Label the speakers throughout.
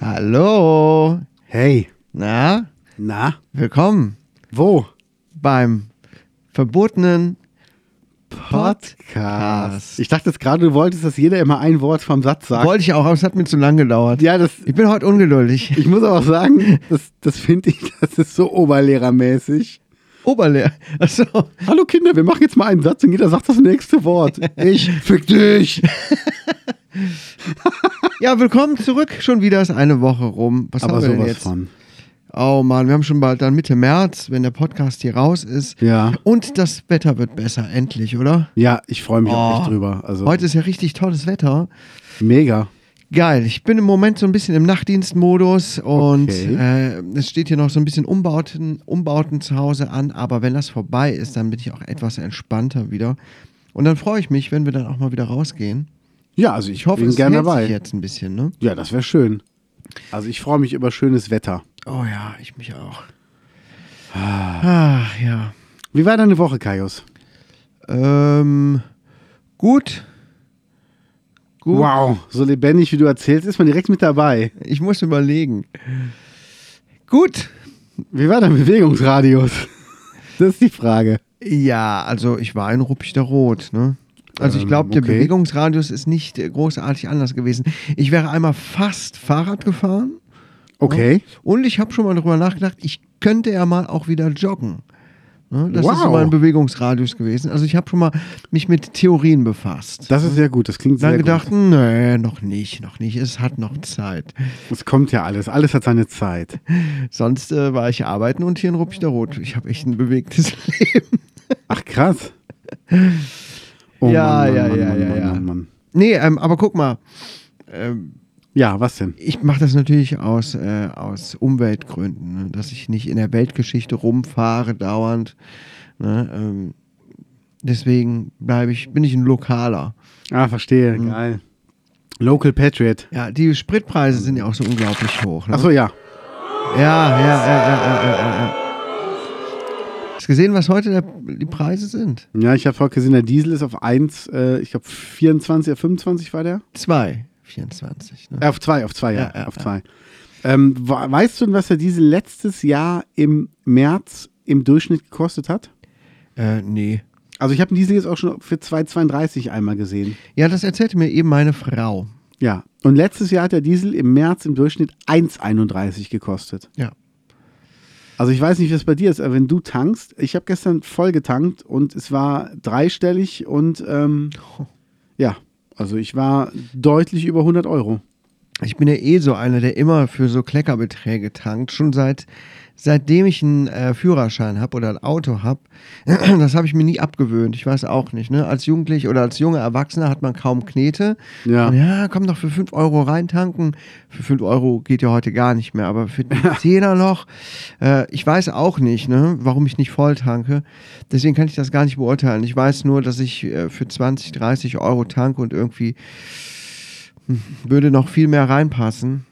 Speaker 1: Hallo.
Speaker 2: Hey,
Speaker 1: Na,
Speaker 2: na,
Speaker 1: willkommen
Speaker 2: wo?
Speaker 1: beim verbotenen Podcast.
Speaker 2: Ich dachte jetzt gerade, du wolltest, dass jeder immer ein Wort vom Satz sagt.
Speaker 1: Wollte ich auch, aber es hat mir zu lang gedauert.
Speaker 2: ja, das,
Speaker 1: Ich bin heute ungeduldig.
Speaker 2: ich muss aber auch sagen, das, das finde ich, das ist so oberlehrermäßig.
Speaker 1: Oberlehr. Achso.
Speaker 2: Hallo Kinder, wir machen jetzt mal einen Satz und jeder sagt das nächste Wort. Ich fick dich.
Speaker 1: Ja, willkommen zurück. Schon wieder ist eine Woche rum. Was
Speaker 2: aber
Speaker 1: haben wir denn
Speaker 2: sowas
Speaker 1: jetzt?
Speaker 2: von.
Speaker 1: Oh Mann, wir haben schon bald dann Mitte März, wenn der Podcast hier raus ist.
Speaker 2: Ja.
Speaker 1: Und das Wetter wird besser, endlich, oder?
Speaker 2: Ja, ich freue mich auch
Speaker 1: Oh,
Speaker 2: nicht drüber. Also
Speaker 1: Heute ist ja richtig tolles Wetter.
Speaker 2: mega.
Speaker 1: Geil, ich bin im Moment so ein bisschen im Nachtdienstmodus und
Speaker 2: Okay.
Speaker 1: äh, es steht hier noch so ein bisschen Umbauten, Umbauten zu Hause an, aber wenn das vorbei ist, dann bin ich auch etwas entspannter wieder. Und dann freue ich mich, wenn wir dann auch mal wieder rausgehen.
Speaker 2: Ja, also ich,
Speaker 1: Ich hoffe,
Speaker 2: bin
Speaker 1: es
Speaker 2: gerne
Speaker 1: hält
Speaker 2: dabei.
Speaker 1: sich jetzt ein bisschen, ne?
Speaker 2: Ja, das wäre schön. Also ich freue mich über schönes Wetter.
Speaker 1: Oh ja, ich mich auch. Ah, ja.
Speaker 2: Wie war deine Woche, Kaius?
Speaker 1: Ähm, gut. Gut.
Speaker 2: Wow, so lebendig wie du erzählst, ist man direkt mit dabei.
Speaker 1: Ich muss überlegen. Gut.
Speaker 2: Wie war dein Bewegungsradius? Das ist die Frage.
Speaker 1: Ja, also ich war in Ruppichteroth, ne? Also ich
Speaker 2: Ähm,
Speaker 1: glaube, der
Speaker 2: okay.
Speaker 1: Bewegungsradius ist nicht äh, großartig anders gewesen. Ich wäre einmal fast Fahrrad gefahren
Speaker 2: Okay.
Speaker 1: und ich habe schon mal darüber nachgedacht, ich könnte ja mal auch wieder joggen. Ne? Das ist so
Speaker 2: Wow.
Speaker 1: mein Bewegungsradius gewesen. Also ich habe schon mal mich mit Theorien befasst.
Speaker 2: Das ist sehr gut, das klingt
Speaker 1: Dann
Speaker 2: sehr
Speaker 1: gedacht, nee, noch nicht, noch nicht. Es hat noch Zeit.
Speaker 2: gut. Es kommt ja alles, alles hat seine Zeit.
Speaker 1: Sonst äh, war ich arbeiten und hier in Ruppichteroth. Ich habe echt ein bewegtes Leben.
Speaker 2: Ach krass. Oh
Speaker 1: Ja,
Speaker 2: Mann,
Speaker 1: ja,
Speaker 2: Mann,
Speaker 1: ja,
Speaker 2: Mann,
Speaker 1: ja,
Speaker 2: Mann,
Speaker 1: ja.
Speaker 2: Mann, Mann.
Speaker 1: Nee, ähm, aber guck mal,
Speaker 2: Ja, was denn?
Speaker 1: ich mache das natürlich aus, äh, aus Umweltgründen, ne? dass ich nicht in der Weltgeschichte rumfahre dauernd. Ne? Ähm, deswegen bleibe ich, bin ich ein Lokaler.
Speaker 2: Ah, verstehe,
Speaker 1: Mhm.
Speaker 2: geil. Local Patriot.
Speaker 1: Ja, die Spritpreise sind ja auch so unglaublich hoch. Ne?
Speaker 2: Achso, ja.
Speaker 1: Ja, ja, ja, ja, ja, ja, ja. Hast gesehen, was heute der, die Preise sind?
Speaker 2: Ja, ich habe vorher gesehen, der Diesel ist auf 1, äh, ich glaube 24 oder 25 war der?
Speaker 1: Zwei, 24. Ne?
Speaker 2: Äh, auf 2, auf 2, ja,
Speaker 1: Ja, ja,
Speaker 2: auf
Speaker 1: ja.
Speaker 2: 2. Ähm, wa- weißt du denn, was der Diesel letztes Jahr im März im Durchschnitt gekostet hat?
Speaker 1: Äh, nee.
Speaker 2: Also ich habe einen Diesel jetzt auch schon für 2,32 einmal gesehen.
Speaker 1: Ja, das erzählte mir eben meine Frau.
Speaker 2: Ja. Und letztes Jahr hat der Diesel im März im Durchschnitt 1,31 gekostet.
Speaker 1: Ja.
Speaker 2: Also ich weiß nicht, was bei dir ist, aber wenn du tankst, ich habe gestern voll getankt und es war dreistellig und ähm, ja, also ich war deutlich über 100 Euro.
Speaker 1: Ich bin ja eh so einer, der immer für so Kleckerbeträge tankt. Schon seit seitdem ich einen äh, Führerschein habe oder ein Auto habe, das habe ich mir nie abgewöhnt. Ich weiß auch nicht. Ne? Als Jugendlich oder als junger Erwachsener hat man kaum Knete.
Speaker 2: Ja.
Speaker 1: Und ja, komm doch für 5 Euro rein tanken. Für 5 Euro geht ja heute gar nicht mehr, aber für den Zehner noch. Äh, ich weiß auch nicht, ne, warum ich nicht voll tanke. Deswegen kann ich das gar nicht beurteilen. Ich weiß nur, dass ich äh, für 20, 30 Euro tanke und irgendwie hm, würde noch viel mehr reinpassen.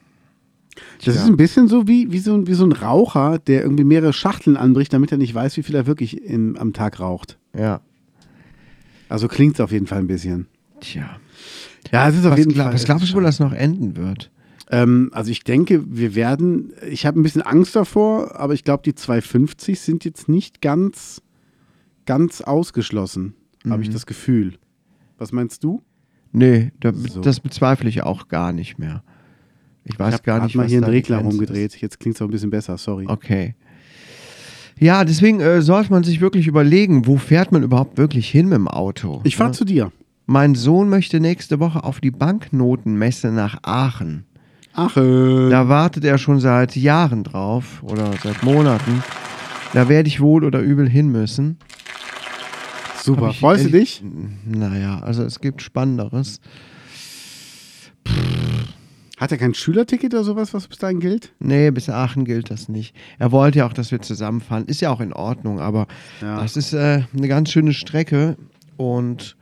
Speaker 2: Das
Speaker 1: Tja.
Speaker 2: ist ein bisschen so wie, wie, so, ein- wie so ein Raucher, der irgendwie mehrere Schachteln anbricht, damit er nicht weiß, wie viel er wirklich im, am Tag raucht.
Speaker 1: Ja.
Speaker 2: Also klingt es auf jeden Fall ein bisschen.
Speaker 1: Tja.
Speaker 2: Ja, es ist auf
Speaker 1: Was,
Speaker 2: jeden
Speaker 1: glaub-
Speaker 2: Fall.
Speaker 1: was
Speaker 2: es
Speaker 1: glaubst
Speaker 2: ist
Speaker 1: du, wo das noch enden wird?
Speaker 2: Ähm, also ich denke, wir werden, ich habe ein bisschen Angst davor, aber ich glaube, die 250 sind jetzt nicht ganz, ganz ausgeschlossen, habe ich
Speaker 1: Mhm.
Speaker 2: das Gefühl. Was meinst du?
Speaker 1: Nee, da,
Speaker 2: So.
Speaker 1: das bezweifle ich auch gar nicht mehr. Ich weiß
Speaker 2: ich hab
Speaker 1: gar
Speaker 2: grad
Speaker 1: nicht,
Speaker 2: mal
Speaker 1: was
Speaker 2: hier
Speaker 1: da
Speaker 2: einen
Speaker 1: die
Speaker 2: Regler
Speaker 1: Grenze ist.
Speaker 2: rumgedreht. Jetzt klingt es auch ein bisschen besser, sorry.
Speaker 1: Okay. Ja, deswegen äh, sollte man sich wirklich überlegen, wo fährt man überhaupt wirklich hin mit dem Auto?
Speaker 2: Ich fahre
Speaker 1: Ne?
Speaker 2: zu dir.
Speaker 1: Mein Sohn möchte nächste Woche auf die Banknotenmesse nach Aachen.
Speaker 2: Ach, äh,
Speaker 1: Da wartet er schon seit Jahren drauf oder seit Monaten. Da werde ich wohl oder übel hin müssen.
Speaker 2: super.
Speaker 1: Hab ich-
Speaker 2: Freust du
Speaker 1: ehrlich-
Speaker 2: dich?
Speaker 1: Naja, also es gibt Spannenderes.
Speaker 2: Hat er kein Schülerticket oder sowas, was bis dahin gilt?
Speaker 1: Nee, bis Aachen gilt das nicht. Er wollte ja auch, dass wir zusammenfahren. Ist ja auch in Ordnung, aber
Speaker 2: Ja.
Speaker 1: das ist äh, eine ganz schöne Strecke. Und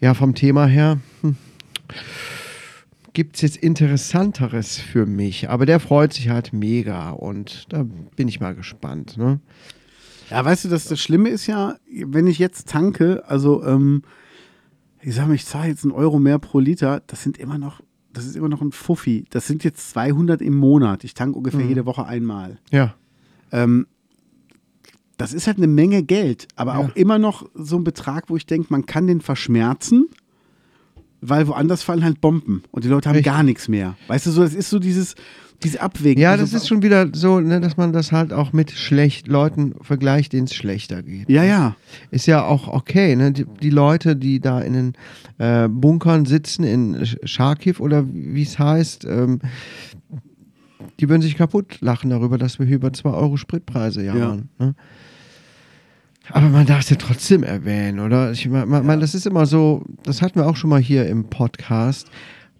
Speaker 1: ja, vom Thema her hm, gibt es jetzt Interessanteres für mich. Aber der freut sich halt mega und da bin ich mal gespannt. Ne?
Speaker 2: Ja, weißt du, das, das Schlimme ist ja, wenn ich jetzt tanke, also ähm, ich sag mal, ich zahle jetzt einen Euro mehr pro Liter, das sind immer noch, das ist immer noch ein Fuffi. Das sind jetzt 200 im Monat. Ich tanke ungefähr
Speaker 1: Mhm.
Speaker 2: jede Woche einmal.
Speaker 1: Ja.
Speaker 2: Ähm, das ist halt eine Menge Geld, aber auch immer noch so ein Betrag, wo ich denke, man kann den verschmerzen, weil woanders fallen halt Bomben und die Leute haben
Speaker 1: Richtig.
Speaker 2: gar nichts mehr. Weißt du, so, das ist so dieses, dieses Abwägen.
Speaker 1: Ja,
Speaker 2: Also,
Speaker 1: das ist schon wieder so, ne, dass man das halt auch mit schlecht Leuten vergleicht, denen es schlechter geht.
Speaker 2: Ja, ja.
Speaker 1: Ist ja auch okay, ne? Die, die Leute, die da in den äh, Bunkern sitzen, in Sch- Charkiw oder wie es heißt, ähm, die würden sich kaputt lachen darüber, dass wir hier über 2 Euro Spritpreise jammern. Ne? Aber man darf es ja trotzdem erwähnen, oder? Ich meine, man, man, das ist immer so, das hatten wir auch schon mal hier im Podcast,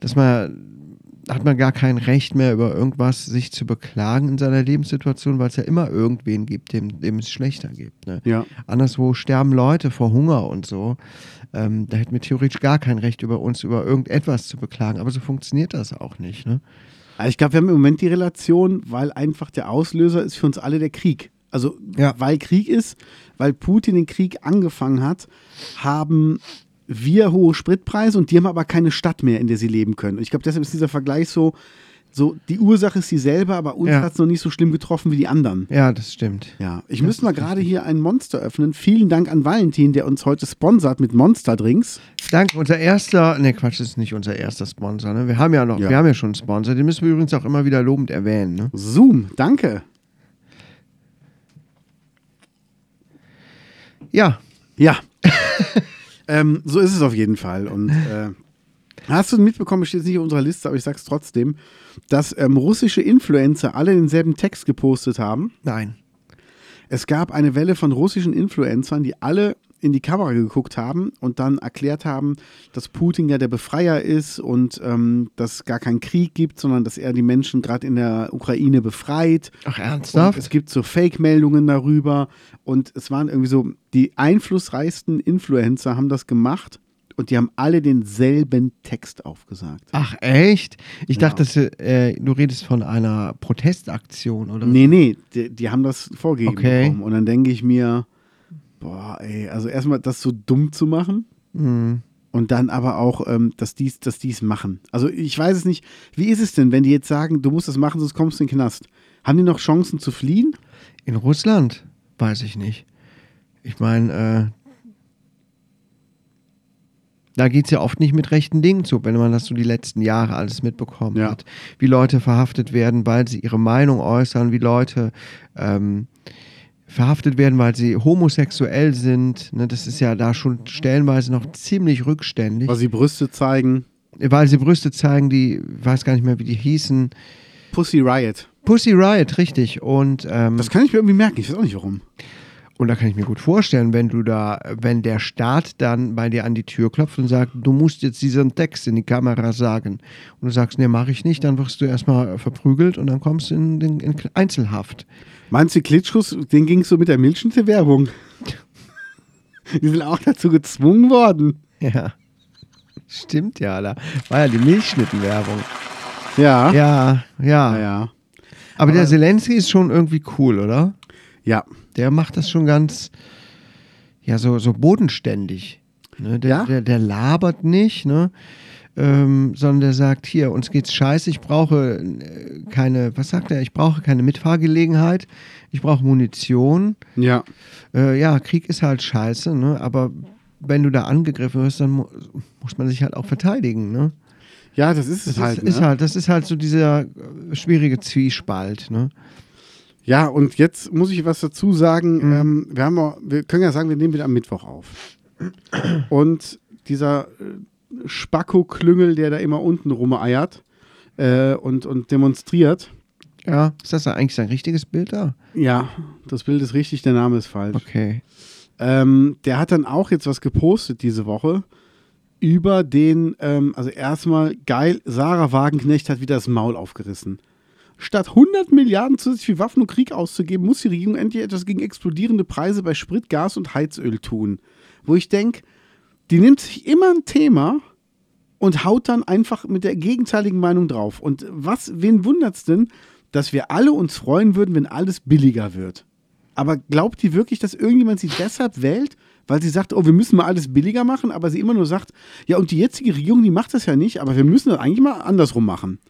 Speaker 1: dass man hat man gar kein Recht mehr, über irgendwas sich zu beklagen in seiner Lebenssituation, weil es ja immer irgendwen gibt, dem, dem es schlechter gibt. Ne?
Speaker 2: Ja.
Speaker 1: Anderswo sterben Leute vor Hunger und so. Ähm, da hätten wir theoretisch gar kein Recht, über uns über irgendetwas zu beklagen. Aber so funktioniert das auch nicht. Ne?
Speaker 2: Also ich glaube, wir haben im Moment die Relation, weil einfach der Auslöser ist für uns alle der Krieg. Also
Speaker 1: Ja.
Speaker 2: weil Krieg ist, weil Putin den Krieg angefangen hat, haben wir hohe Spritpreise und die haben aber keine Stadt mehr, in der sie leben können. Und ich glaube, deshalb ist dieser Vergleich so, so die Ursache ist dieselbe, aber uns
Speaker 1: Ja.
Speaker 2: hat es noch nicht so schlimm getroffen wie die anderen.
Speaker 1: Ja, das stimmt.
Speaker 2: Ja, ich müsste mal gerade hier ein Monster öffnen. Vielen Dank an Valentin, der uns heute sponsert mit Monsterdrinks.
Speaker 1: Danke, unser erster, ne Quatsch, das ist nicht unser erster Sponsor. Ne? Wir haben ja noch,
Speaker 2: Ja.
Speaker 1: wir haben ja schon einen Sponsor. Den müssen wir übrigens auch immer wieder lobend erwähnen. Ne?
Speaker 2: Zoom, danke.
Speaker 1: Ja,
Speaker 2: Ja. ähm, so ist es auf jeden Fall. Und äh, hast du mitbekommen, steht jetzt nicht auf unserer Liste, aber ich sag's trotzdem, dass ähm, russische Influencer alle denselben Text gepostet haben.
Speaker 1: nein.
Speaker 2: Es gab eine Welle von russischen Influencern, die alle in die Kamera geguckt haben und dann erklärt haben, dass Putin ja der Befreier ist und ähm, dass es gar keinen Krieg gibt, sondern dass er die Menschen gerade in der Ukraine befreit.
Speaker 1: Ach,
Speaker 2: Und
Speaker 1: ernsthaft?
Speaker 2: es gibt so Fake-Meldungen darüber. Und es waren irgendwie so, die einflussreichsten Influencer haben das gemacht und die haben alle denselben Text aufgesagt.
Speaker 1: Ach, echt? Ich dachte, dass, du, äh, du redest von einer Protestaktion oder
Speaker 2: Nee, nee, die, die haben das vorgegeben
Speaker 1: Okay.
Speaker 2: bekommen. Und dann denke ich mir, boah, ey, also erstmal das so dumm zu machen.
Speaker 1: Hm.
Speaker 2: Und dann aber auch, ähm, dass die es dass die's machen. Also ich weiß es nicht, wie ist es denn, wenn die jetzt sagen, du musst das machen, sonst kommst du in den Knast? Haben die noch Chancen zu fliehen?
Speaker 1: in Russland? Weiß ich nicht. Ich meine, äh, da geht es ja oft nicht mit rechten Dingen zu, wenn man das so die letzten Jahre alles mitbekommen
Speaker 2: Ja.
Speaker 1: hat. Wie Leute verhaftet werden, weil sie ihre Meinung äußern, wie Leute ähm, verhaftet werden, weil sie homosexuell sind. Ne, das ist ja da schon stellenweise noch ziemlich rückständig.
Speaker 2: Weil sie Brüste zeigen.
Speaker 1: weil sie Brüste zeigen, die, weiß gar nicht mehr, wie die hießen.
Speaker 2: Pussy Riot.
Speaker 1: Pussy Riot, richtig. Und, ähm,
Speaker 2: Das kann ich mir irgendwie merken. Ich weiß auch nicht warum.
Speaker 1: und da kann ich mir gut vorstellen, wenn du da, wenn der Staat dann bei dir an die Tür klopft und sagt, du musst jetzt diesen Text in die Kamera sagen. Und du sagst, nee, mache ich nicht, dann wirst du erstmal verprügelt und dann kommst du in, den- in Einzelhaft.
Speaker 2: Meinst du, Klitschkos, den ging es so mit der Milchschen zur Werbung? Die sind auch dazu gezwungen worden.
Speaker 1: Ja. Stimmt ja, da war ja die Milchschnittenwerbung.
Speaker 2: Ja. Ja.
Speaker 1: Ja, ja.
Speaker 2: Ja.
Speaker 1: Aber der Zelensky ist schon irgendwie cool, oder?
Speaker 2: Ja.
Speaker 1: der macht das schon ganz, ja, so, so bodenständig. Ne? Der,
Speaker 2: Ja?
Speaker 1: der, der labert nicht, ne? ähm, sondern der sagt, hier, uns geht's scheiße, ich brauche äh, keine, was sagt er, ich brauche keine Mitfahrgelegenheit, ich brauche Munition.
Speaker 2: ja.
Speaker 1: Äh, ja, Krieg ist halt scheiße, ne? aber wenn du da angegriffen wirst, dann mu muss man sich halt auch verteidigen. Ne?
Speaker 2: das ist es
Speaker 1: Das
Speaker 2: halt.
Speaker 1: ist,
Speaker 2: ne?
Speaker 1: ist halt. Das ist halt so dieser äh, schwierige Zwiespalt. Ne?
Speaker 2: Ja, und jetzt muss ich was dazu
Speaker 1: Mhm.
Speaker 2: sagen. Ähm, wir, haben auch, wir können ja sagen, wir nehmen wieder am Mittwoch auf. Und dieser äh, Spacko-Klüngel, der da immer unten rumeiert äh, und, und demonstriert.
Speaker 1: Ja, ist das eigentlich sein richtiges Bild da?
Speaker 2: Ja, das Bild ist richtig, der Name ist falsch.
Speaker 1: Okay.
Speaker 2: Ähm, der hat dann auch jetzt was gepostet diese Woche über den, ähm, also erstmal geil, Sarah Wagenknecht hat wieder das Maul aufgerissen. Statt 100 Milliarden zusätzlich für Waffen und Krieg auszugeben, muss die Regierung endlich etwas gegen explodierende Preise bei Sprit, Gas und Heizöl tun. Wo ich denke, die nimmt sich immer ein Thema und haut dann einfach mit der gegenteiligen Meinung drauf. Und was, wen wundert's denn, dass wir alle uns freuen würden, wenn alles billiger wird? Aber glaubt die wirklich, dass irgendjemand sie deshalb wählt, weil sie sagt, oh, wir müssen mal alles billiger machen, aber sie immer nur sagt, ja, und die jetzige Regierung, die macht das ja nicht, aber wir müssen das eigentlich mal andersrum machen.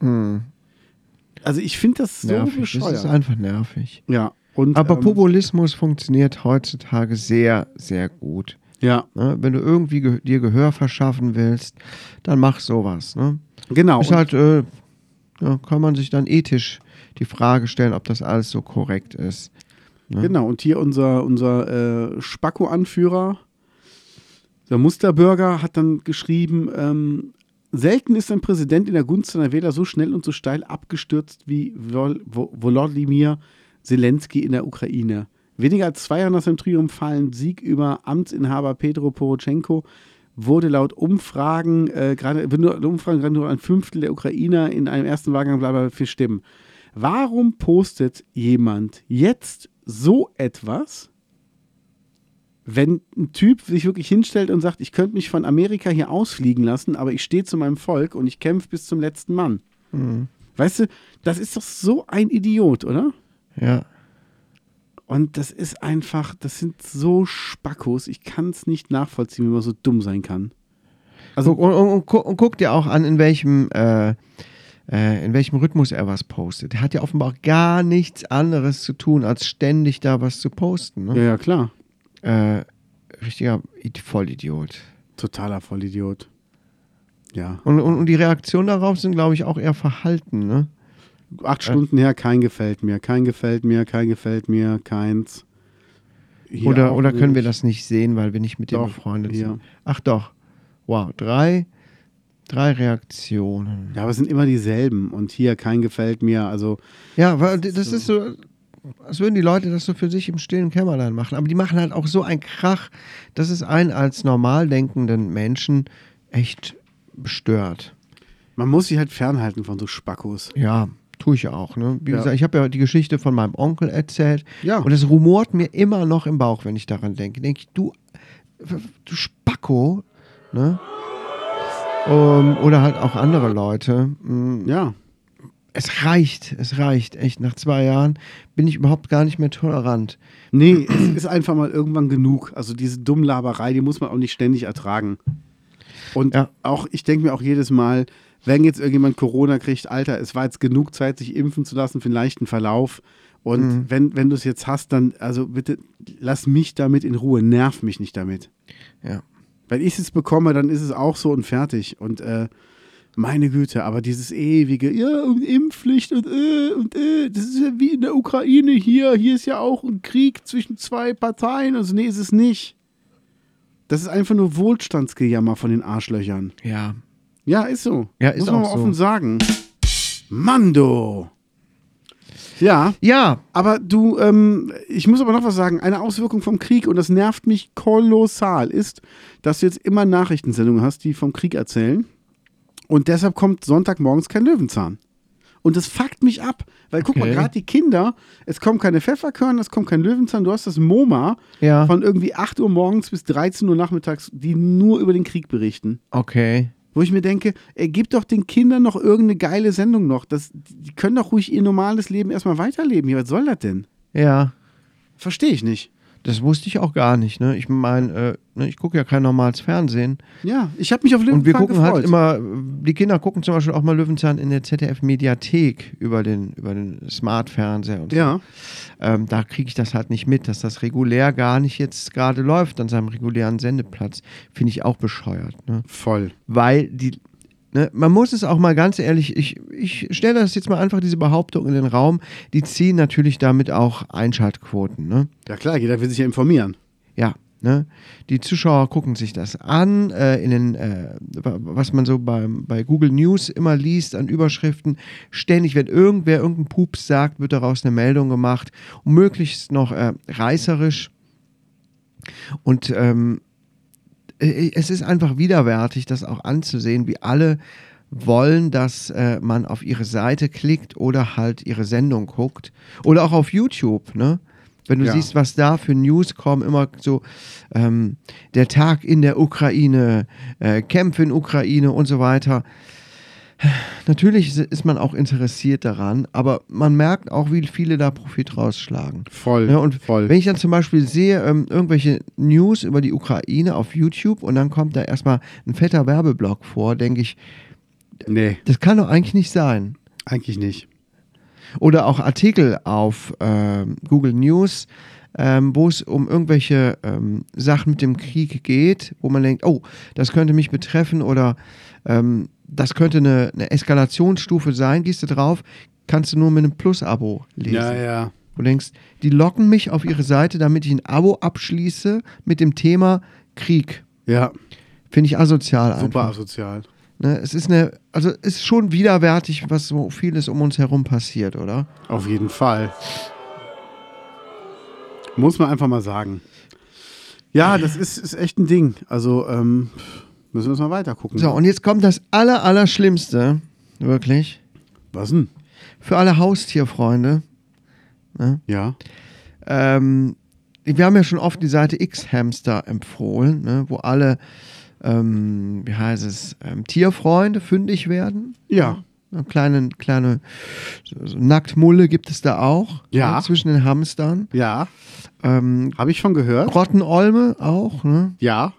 Speaker 2: Also ich finde das so
Speaker 1: Hm. nervig. Das
Speaker 2: bescheuert.
Speaker 1: ist einfach nervig.
Speaker 2: ja, und,
Speaker 1: Aber
Speaker 2: ähm,
Speaker 1: Populismus funktioniert heutzutage sehr, sehr gut.
Speaker 2: ja,
Speaker 1: Ne? Wenn du irgendwie ge dir Gehör verschaffen willst, dann mach sowas. Ne?
Speaker 2: genau.
Speaker 1: Ist
Speaker 2: Und-
Speaker 1: halt, äh, ja, kann man sich dann ethisch die Frage stellen, ob das alles so korrekt ist.
Speaker 2: Genau, und hier unser, unser äh, Spacko-Anführer, der Musterburger, hat dann geschrieben, ähm, selten ist ein Präsident in der Gunst seiner Wähler so schnell und so steil abgestürzt wie Vol- Vo- Volodymyr Zelensky in der Ukraine. Weniger als zwei Jahre nach seinem triumphalen Sieg über Amtsinhaber Petro Poroschenko wurde laut Umfragen, äh, gerade, wenn nur Umfragen, gerade nur ein Fünftel der Ukrainer in einem ersten Wahlgang bleiben bei vier Stimmen. Warum postet jemand jetzt so etwas, wenn ein Typ sich wirklich hinstellt und sagt, ich könnte mich von Amerika hier ausfliegen lassen, aber ich stehe zu meinem Volk und ich kämpfe bis zum letzten Mann?
Speaker 1: Mhm.
Speaker 2: Weißt du, das ist doch so ein Idiot, oder?
Speaker 1: Ja.
Speaker 2: Und das ist einfach, das sind so Spackos. Ich kann es nicht nachvollziehen, wie man so dumm sein kann. Also-
Speaker 1: Also, und, und, und, gu- und guck dir auch an, in welchem, äh, äh, in welchem Rhythmus er was postet. Er hat ja offenbar gar nichts anderes zu tun, als ständig da was zu posten. Ne?
Speaker 2: Ja, ja, klar.
Speaker 1: Äh, richtiger Id- Vollidiot.
Speaker 2: Totaler Vollidiot. Ja.
Speaker 1: Und, und, und die Reaktionen darauf sind, glaube ich, auch eher verhalten. Ne?
Speaker 2: Acht Stunden her, kein gefällt mir, kein gefällt mir, kein gefällt mir, keins. Hier
Speaker 1: Oder,
Speaker 2: auch
Speaker 1: oder können wir
Speaker 2: nicht.
Speaker 1: das nicht sehen, weil wir nicht mit dem
Speaker 2: Doch,
Speaker 1: befreundet
Speaker 2: ja.
Speaker 1: sind? Ach doch. Wow, drei, drei Reaktionen.
Speaker 2: Ja, aber es sind immer dieselben. Und hier, kein gefällt mir. Also,
Speaker 1: Ja, weil d- das ist so, als würden die Leute das so für sich im stillen Kämmerlein machen. Aber die machen halt auch so einen Krach, dass es einen als normal denkenden Menschen echt stört.
Speaker 2: man muss sich halt fernhalten von so Spackos.
Speaker 1: Ja, tue ich auch. Ne? Wie
Speaker 2: Ja.
Speaker 1: gesagt, ich habe ja die Geschichte von meinem Onkel erzählt.
Speaker 2: Ja.
Speaker 1: Und es rumort mir immer noch im Bauch, wenn ich daran denke. Denke ich, du, du Spacko, ne? Ähm, oder halt auch andere Leute. Mm,
Speaker 2: Ja.
Speaker 1: Es reicht, es reicht. Echt, nach zwei Jahren bin ich überhaupt gar nicht mehr tolerant.
Speaker 2: Nee, es ist einfach mal irgendwann genug. Also diese Dummlaberei, die muss man auch nicht ständig ertragen. Und
Speaker 1: Ja.
Speaker 2: auch, ich denke mir auch jedes Mal, wenn jetzt irgendjemand Corona kriegt, Alter, es war jetzt genug Zeit, sich impfen zu lassen für einen leichten Verlauf. Und wenn, wenn du es jetzt hast, dann, also bitte lass mich damit in Ruhe, nerv mich nicht damit.
Speaker 1: Ja.
Speaker 2: Wenn ich es bekomme, dann ist es auch so und fertig. Und äh, meine Güte, aber dieses ewige, ja, und Impfpflicht und äh, und äh, das ist ja wie in der Ukraine hier. Hier ist ja auch ein Krieg zwischen zwei Parteien. Also, nee, ist es nicht. Das ist einfach nur Wohlstandsgejammer von den Arschlöchern.
Speaker 1: Ja.
Speaker 2: Ja, ist so.
Speaker 1: Ja, ist
Speaker 2: Muss man
Speaker 1: auch
Speaker 2: mal
Speaker 1: so.
Speaker 2: offen sagen. Mando! Ja.
Speaker 1: Ja,
Speaker 2: Aber du, ähm, ich muss aber noch was sagen. Eine Auswirkung vom Krieg, und das nervt mich kolossal, ist, dass du jetzt immer Nachrichtensendungen hast, die vom Krieg erzählen. Und deshalb kommt Sonntagmorgens kein Löwenzahn. Und das fuckt mich ab. Weil guck mal,
Speaker 1: Okay.
Speaker 2: gerade die Kinder, es kommen keine Pfefferkörner, es kommt kein Löwenzahn. Du hast das MoMA
Speaker 1: Ja.
Speaker 2: von irgendwie 8 Uhr morgens bis 13 Uhr nachmittags, die nur über den Krieg berichten.
Speaker 1: okay.
Speaker 2: Wo ich mir denke, ey, gib doch den Kindern noch irgendeine geile Sendung noch. Das, die können doch ruhig ihr normales Leben erstmal weiterleben. Hier, was soll das denn?
Speaker 1: Ja.
Speaker 2: Verstehe ich nicht.
Speaker 1: Das wusste ich auch gar nicht. Ne? Ich meine, äh, ne, ich gucke ja kein normales Fernsehen.
Speaker 2: Ja, ich habe mich auf Löwenzahn
Speaker 1: Und wir gucken
Speaker 2: gefreut.
Speaker 1: halt immer, die Kinder gucken zum Beispiel auch mal Löwenzahn in der ZDF-Mediathek über den, über den Smart-Fernseher. Und so.
Speaker 2: Ja,
Speaker 1: ähm, da kriege ich das halt nicht mit, dass das regulär gar nicht jetzt gerade läuft an seinem regulären Sendeplatz. Finde ich auch bescheuert. Ne?
Speaker 2: voll.
Speaker 1: Weil die, ne, man muss es auch mal ganz ehrlich, ich, ich stelle das jetzt mal einfach diese Behauptung in den Raum, die ziehen natürlich damit auch Einschaltquoten. Ne?
Speaker 2: Ja klar, jeder will sich ja informieren.
Speaker 1: Ja, ne? Die Zuschauer gucken sich das an, äh, in den, äh, wa- was man so beim, bei Google News immer liest an Überschriften. Ständig, wenn irgendwer irgendeinen Pups sagt, wird daraus eine Meldung gemacht. Und möglichst noch äh, reißerisch. Und ähm, äh, es ist einfach widerwärtig, das auch anzusehen, wie alle wollen, dass äh, man auf ihre Seite klickt oder halt ihre Sendung guckt. Oder auch auf YouTube, ne? Wenn du
Speaker 2: Ja.
Speaker 1: siehst, was da für News kommen, immer so ähm, der Tag in der Ukraine, äh, Kämpfe in Ukraine und so weiter. Natürlich se- ist man auch interessiert daran, aber man merkt auch, wie viele da Profit rausschlagen.
Speaker 2: Voll.
Speaker 1: Ja, Ne, und
Speaker 2: voll.
Speaker 1: wenn ich dann zum Beispiel sehe, ähm, irgendwelche News über die Ukraine auf YouTube und dann kommt da erstmal ein fetter Werbeblock vor, denke ich,
Speaker 2: nee,
Speaker 1: das kann doch eigentlich nicht sein.
Speaker 2: eigentlich nicht.
Speaker 1: Oder auch Artikel auf ähm, Google News, ähm, wo es um irgendwelche ähm, Sachen mit dem Krieg geht, wo man denkt, oh, das könnte mich betreffen oder ähm, das könnte eine, eine Eskalationsstufe sein, gehst du drauf, kannst du nur mit einem Plus-Abo lesen.
Speaker 2: Ja, ja.
Speaker 1: Du denkst, die locken mich auf ihre Seite, damit ich ein Abo abschließe mit dem Thema Krieg.
Speaker 2: Ja,
Speaker 1: Finde ich asozial
Speaker 2: super
Speaker 1: einfach.
Speaker 2: asozial.
Speaker 1: Ne? Es ist eine, also es ist schon widerwärtig, was so vieles um uns herum passiert, oder?
Speaker 2: Auf jeden Fall. Muss man einfach mal sagen. Ja, das ist, ist echt ein Ding. Also ähm, müssen wir es mal weiter gucken.
Speaker 1: So, und jetzt kommt das aller, Allerschlimmste, wirklich,
Speaker 2: Was denn?
Speaker 1: für alle Haustierfreunde.
Speaker 2: Ja.
Speaker 1: Ähm, wir haben ja schon oft die Seite X-Hamster empfohlen, ne? wo alle, ähm, wie heißt es, ähm, Tierfreunde fündig werden.
Speaker 2: Ja.
Speaker 1: Eine kleine, kleine so, so Nacktmulle gibt es da auch.
Speaker 2: Ja.
Speaker 1: Ne, zwischen den Hamstern.
Speaker 2: Ja.
Speaker 1: Ähm,
Speaker 2: Habe ich schon gehört?
Speaker 1: Grottenolme auch. Ne?
Speaker 2: Ja.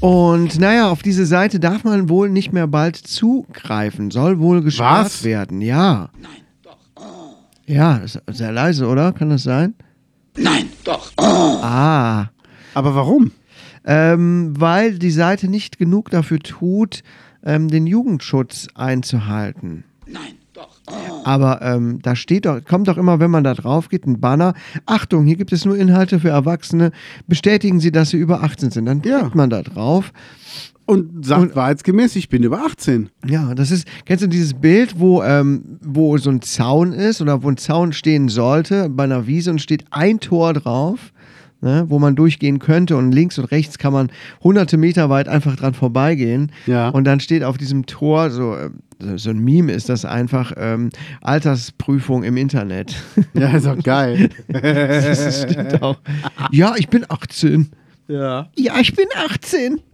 Speaker 1: Und naja, auf diese Seite darf man wohl nicht mehr bald zugreifen. Soll wohl gesperrt
Speaker 2: Was?
Speaker 1: werden. Ja. Nein, doch. Ja, ist sehr leise, oder? Kann das sein?
Speaker 3: Nein, doch.
Speaker 1: Ah.
Speaker 2: Aber warum?
Speaker 1: Ähm, weil die Seite nicht genug dafür tut, ähm, den Jugendschutz einzuhalten.
Speaker 3: Nein, doch. Oh.
Speaker 1: Aber ähm, da steht doch, kommt doch immer, wenn man da drauf geht, ein Banner. Achtung, hier gibt es nur Inhalte für Erwachsene. Bestätigen Sie, dass Sie über 18 sind. Dann
Speaker 2: Ja.
Speaker 1: klickt man da drauf.
Speaker 2: Und sagt wahrheitsgemäß, ich bin über 18.
Speaker 1: Ja, das ist, kennst du dieses Bild, wo, ähm, wo so ein Zaun ist oder wo ein Zaun stehen sollte bei einer Wiese und steht ein Tor drauf, ne, wo man durchgehen könnte und links und rechts kann man hunderte Meter weit einfach dran vorbeigehen.
Speaker 2: Ja.
Speaker 1: Und dann steht auf diesem Tor so, ähm, so- so ein Meme ist das einfach, ähm, Altersprüfung im Internet.
Speaker 2: Ja, ist doch geil.
Speaker 1: das stimmt auch. Ja, ich bin 18.
Speaker 2: Äh. ja.
Speaker 1: Ja, ich bin 18.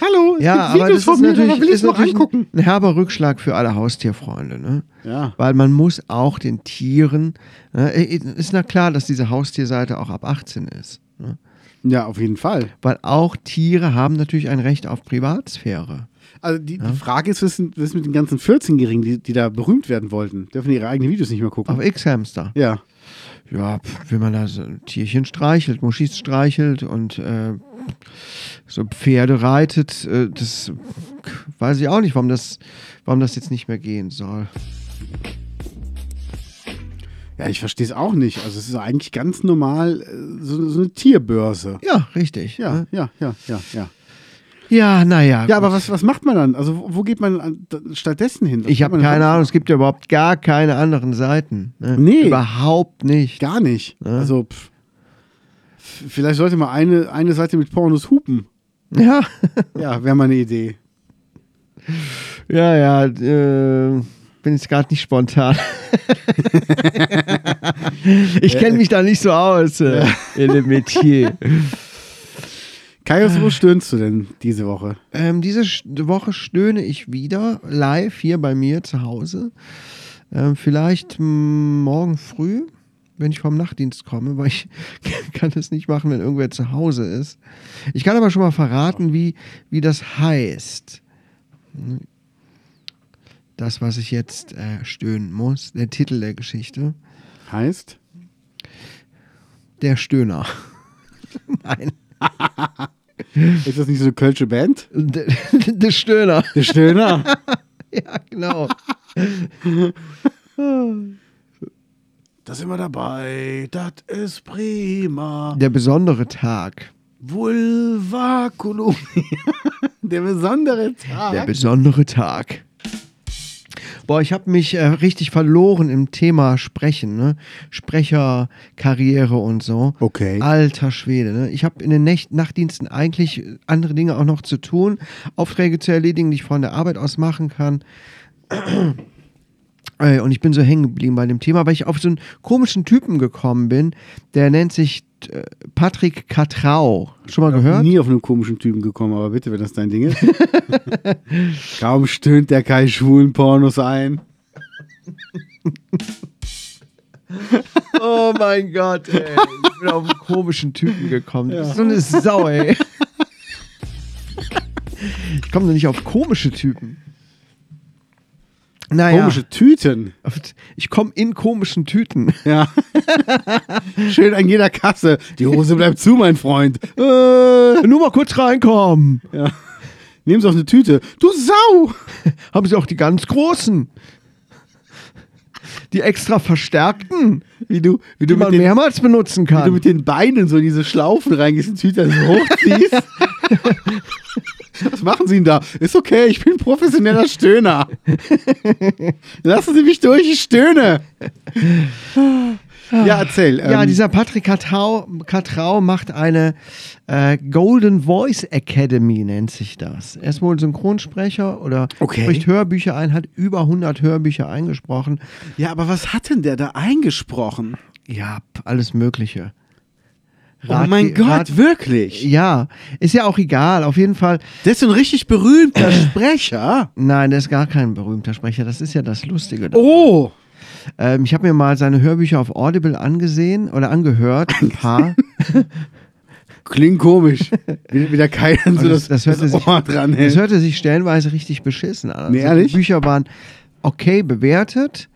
Speaker 2: Hallo, es
Speaker 1: Ja,
Speaker 2: gibt
Speaker 1: aber das
Speaker 2: Videos
Speaker 1: ist
Speaker 2: von mir,
Speaker 1: natürlich,
Speaker 2: darüber will ich
Speaker 1: ist
Speaker 2: noch
Speaker 1: natürlich
Speaker 2: angucken.
Speaker 1: ein ein herber Rückschlag für alle Haustierfreunde, ne?
Speaker 2: Ja.
Speaker 1: Weil man muss auch den Tieren, ne? ist na klar, dass diese Haustierseite auch ab 18 ist. Ne?
Speaker 2: Ja, auf jeden Fall.
Speaker 1: Weil auch Tiere haben natürlich ein Recht auf Privatsphäre.
Speaker 2: Also die, die Frage ist, was ist was ist mit den ganzen 14-Jährigen, die, die da berühmt werden wollten? Dürfen ihre eigenen Videos nicht mehr gucken?
Speaker 1: Auf X-Hamster.
Speaker 2: ja.
Speaker 1: Ja, pf, wenn man da so ein Tierchen streichelt, Muschis streichelt und äh, so Pferde reitet, äh, das k- weiß ich auch nicht, warum das, warum das jetzt nicht mehr gehen soll.
Speaker 2: Ja, ich verstehe es auch nicht. Also es ist eigentlich ganz normal äh, so, so eine Tierbörse.
Speaker 1: Ja, richtig.
Speaker 2: Ja,
Speaker 1: ne?
Speaker 2: ja, ja, ja, ja.
Speaker 1: ja naja.
Speaker 2: Ja, aber was, was macht man dann? Also wo, wo geht man an, da, stattdessen hin? Was
Speaker 1: Ich
Speaker 2: geht
Speaker 1: habe
Speaker 2: man denn
Speaker 1: keine
Speaker 2: sonst?
Speaker 1: Ahnung, es gibt ja überhaupt gar keine anderen Seiten. Ne?
Speaker 2: Nee.
Speaker 1: Überhaupt nicht.
Speaker 2: Gar nicht. Also pff, F- vielleicht sollte mal eine, eine Seite mit Pornos hupen.
Speaker 1: Ja,
Speaker 2: Ja, wäre mal eine Idee.
Speaker 1: ja, ja. Äh, bin jetzt gerade nicht spontan. ich kenne mich da nicht so aus äh, in dem Metier.
Speaker 2: Kaius, wo stöhnst du denn diese Woche?
Speaker 1: Ähm, diese Sch- Woche stöhne ich wieder live hier bei mir zu Hause. Ähm, vielleicht m, morgen früh, wenn ich vom Nachtdienst komme, weil ich kann das nicht machen, wenn irgendwer zu Hause ist. Ich kann aber schon mal verraten, wie, wie das heißt. Das, was ich jetzt äh, stöhnen muss, der Titel der Geschichte,
Speaker 2: Heißt?
Speaker 1: der Stöhner. Nein,
Speaker 2: Ist das nicht so eine kölsche Band?
Speaker 1: der, der Stöhner.
Speaker 2: Der Stöhner.
Speaker 1: Ja, genau.
Speaker 2: Da sind wir dabei. Das ist prima.
Speaker 1: Der besondere Tag.
Speaker 2: Vulvakulum. Der besondere Tag.
Speaker 1: Der besondere Tag. Boah, ich habe mich äh, richtig verloren im Thema Sprechen, ne? Sprecherkarriere und so.
Speaker 2: Okay.
Speaker 1: Alter Schwede, ne? Ich habe in den Nächt Nachtdiensten eigentlich äh, andere Dinge auch noch zu tun, Aufträge zu erledigen, die ich von der Arbeit aus machen kann. Äh, Und ich bin so hängen geblieben bei dem Thema, weil ich auf so einen komischen Typen gekommen bin, der nennt sich äh, Patrick Katrau. Schon mal gehört?
Speaker 2: Nie auf einen komischen Typen gekommen, aber bitte, wenn das dein Ding ist. Kaum stöhnt der Kai schwulen Pornos ein.
Speaker 1: Oh mein Gott, ey. Ich bin auf einen komischen Typen gekommen. Du bist so eine Sau, ey. Ich komme doch nicht auf komische Typen. Naja,
Speaker 2: Komische Tüten.
Speaker 1: ich komme in komischen Tüten.
Speaker 2: Ja. Schön an jeder Kasse. Die Hose bleibt zu, mein Freund. Äh,
Speaker 1: Nur mal kurz reinkommen.
Speaker 2: ja. Nehm's auf eine Tüte. Du Sau!
Speaker 1: Haben sie auch die ganz großen. Die extra verstärkten,
Speaker 2: Wie du, wie
Speaker 1: die
Speaker 2: du, mit,
Speaker 1: man
Speaker 2: den,
Speaker 1: mehrmals benutzen
Speaker 2: wie du
Speaker 1: kann.
Speaker 2: mit den Beinen so in diese Schlaufen reingehst und die Tüte so hochziehst. Was machen Sie denn da? Ist okay, ich bin professioneller Stöhner. Lassen Sie mich durch, ich stöhne. Ja, erzähl.
Speaker 1: Ja,
Speaker 2: ähm,
Speaker 1: dieser Patrick Katrau, Katrau macht eine äh, Golden Voice Academy, nennt sich das. Er ist wohl Synchronsprecher oder
Speaker 2: Okay.
Speaker 1: spricht Hörbücher ein, hat über 100 Hörbücher eingesprochen.
Speaker 2: ja, aber was hat denn der da eingesprochen?
Speaker 1: Ja, p- alles Mögliche.
Speaker 2: oh
Speaker 1: Rat-
Speaker 2: mein Gott,
Speaker 1: Rat-
Speaker 2: wirklich?
Speaker 1: Ja, ist ja auch egal. Auf jeden Fall,
Speaker 2: Der ist so ein richtig berühmter Sprecher.
Speaker 1: nein, der ist gar kein berühmter Sprecher. Das ist ja das Lustige. daran.
Speaker 2: Oh!
Speaker 1: Ähm, ich habe mir mal seine Hörbücher auf Audible angesehen oder angehört, ein paar.
Speaker 2: Klingt komisch. Wie, wie der Kai dann so
Speaker 1: Und
Speaker 2: das, das,
Speaker 1: hörte sich,
Speaker 2: Ohr dran hält.
Speaker 1: Das hörte sich stellenweise richtig beschissen an. Also
Speaker 2: Nee, ehrlich?
Speaker 1: Die Bücher waren okay bewertet.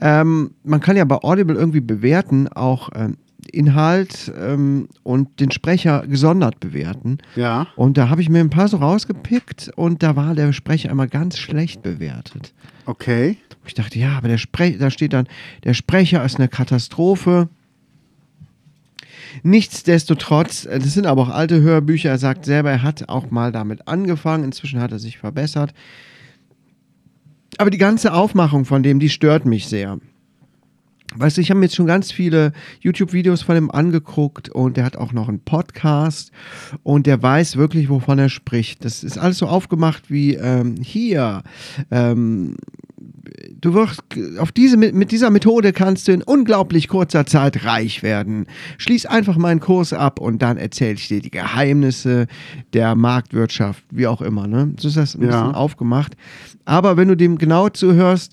Speaker 1: Ähm, man kann ja bei Audible irgendwie bewerten, auch ähm, Inhalt ähm, und den Sprecher gesondert bewerten.
Speaker 2: ja.
Speaker 1: Und da habe ich mir ein paar so rausgepickt und da war der Sprecher einmal ganz schlecht bewertet.
Speaker 2: Okay.
Speaker 1: Ich dachte, ja, aber der Spre da steht dann, der Sprecher ist eine Katastrophe. Nichtsdestotrotz, äh, das sind aber auch alte Hörbücher, er sagt selber, er hat auch mal damit angefangen, inzwischen hat er sich verbessert. Aber die ganze Aufmachung von dem, die stört mich sehr. Weißt du, ich habe mir jetzt schon ganz viele YouTube-Videos von ihm angeguckt und der hat auch noch einen Podcast und der weiß wirklich, wovon er spricht. Das ist alles so aufgemacht wie ähm, hier. Ähm, du wirst auf diese mit dieser Methode kannst du in unglaublich kurzer Zeit reich werden. Schließ einfach meinen Kurs ab und dann erzähle ich dir die Geheimnisse der Marktwirtschaft, wie auch immer. Ne? So ist das ein
Speaker 2: Ja.
Speaker 1: bisschen aufgemacht. Aber wenn du dem genau zuhörst,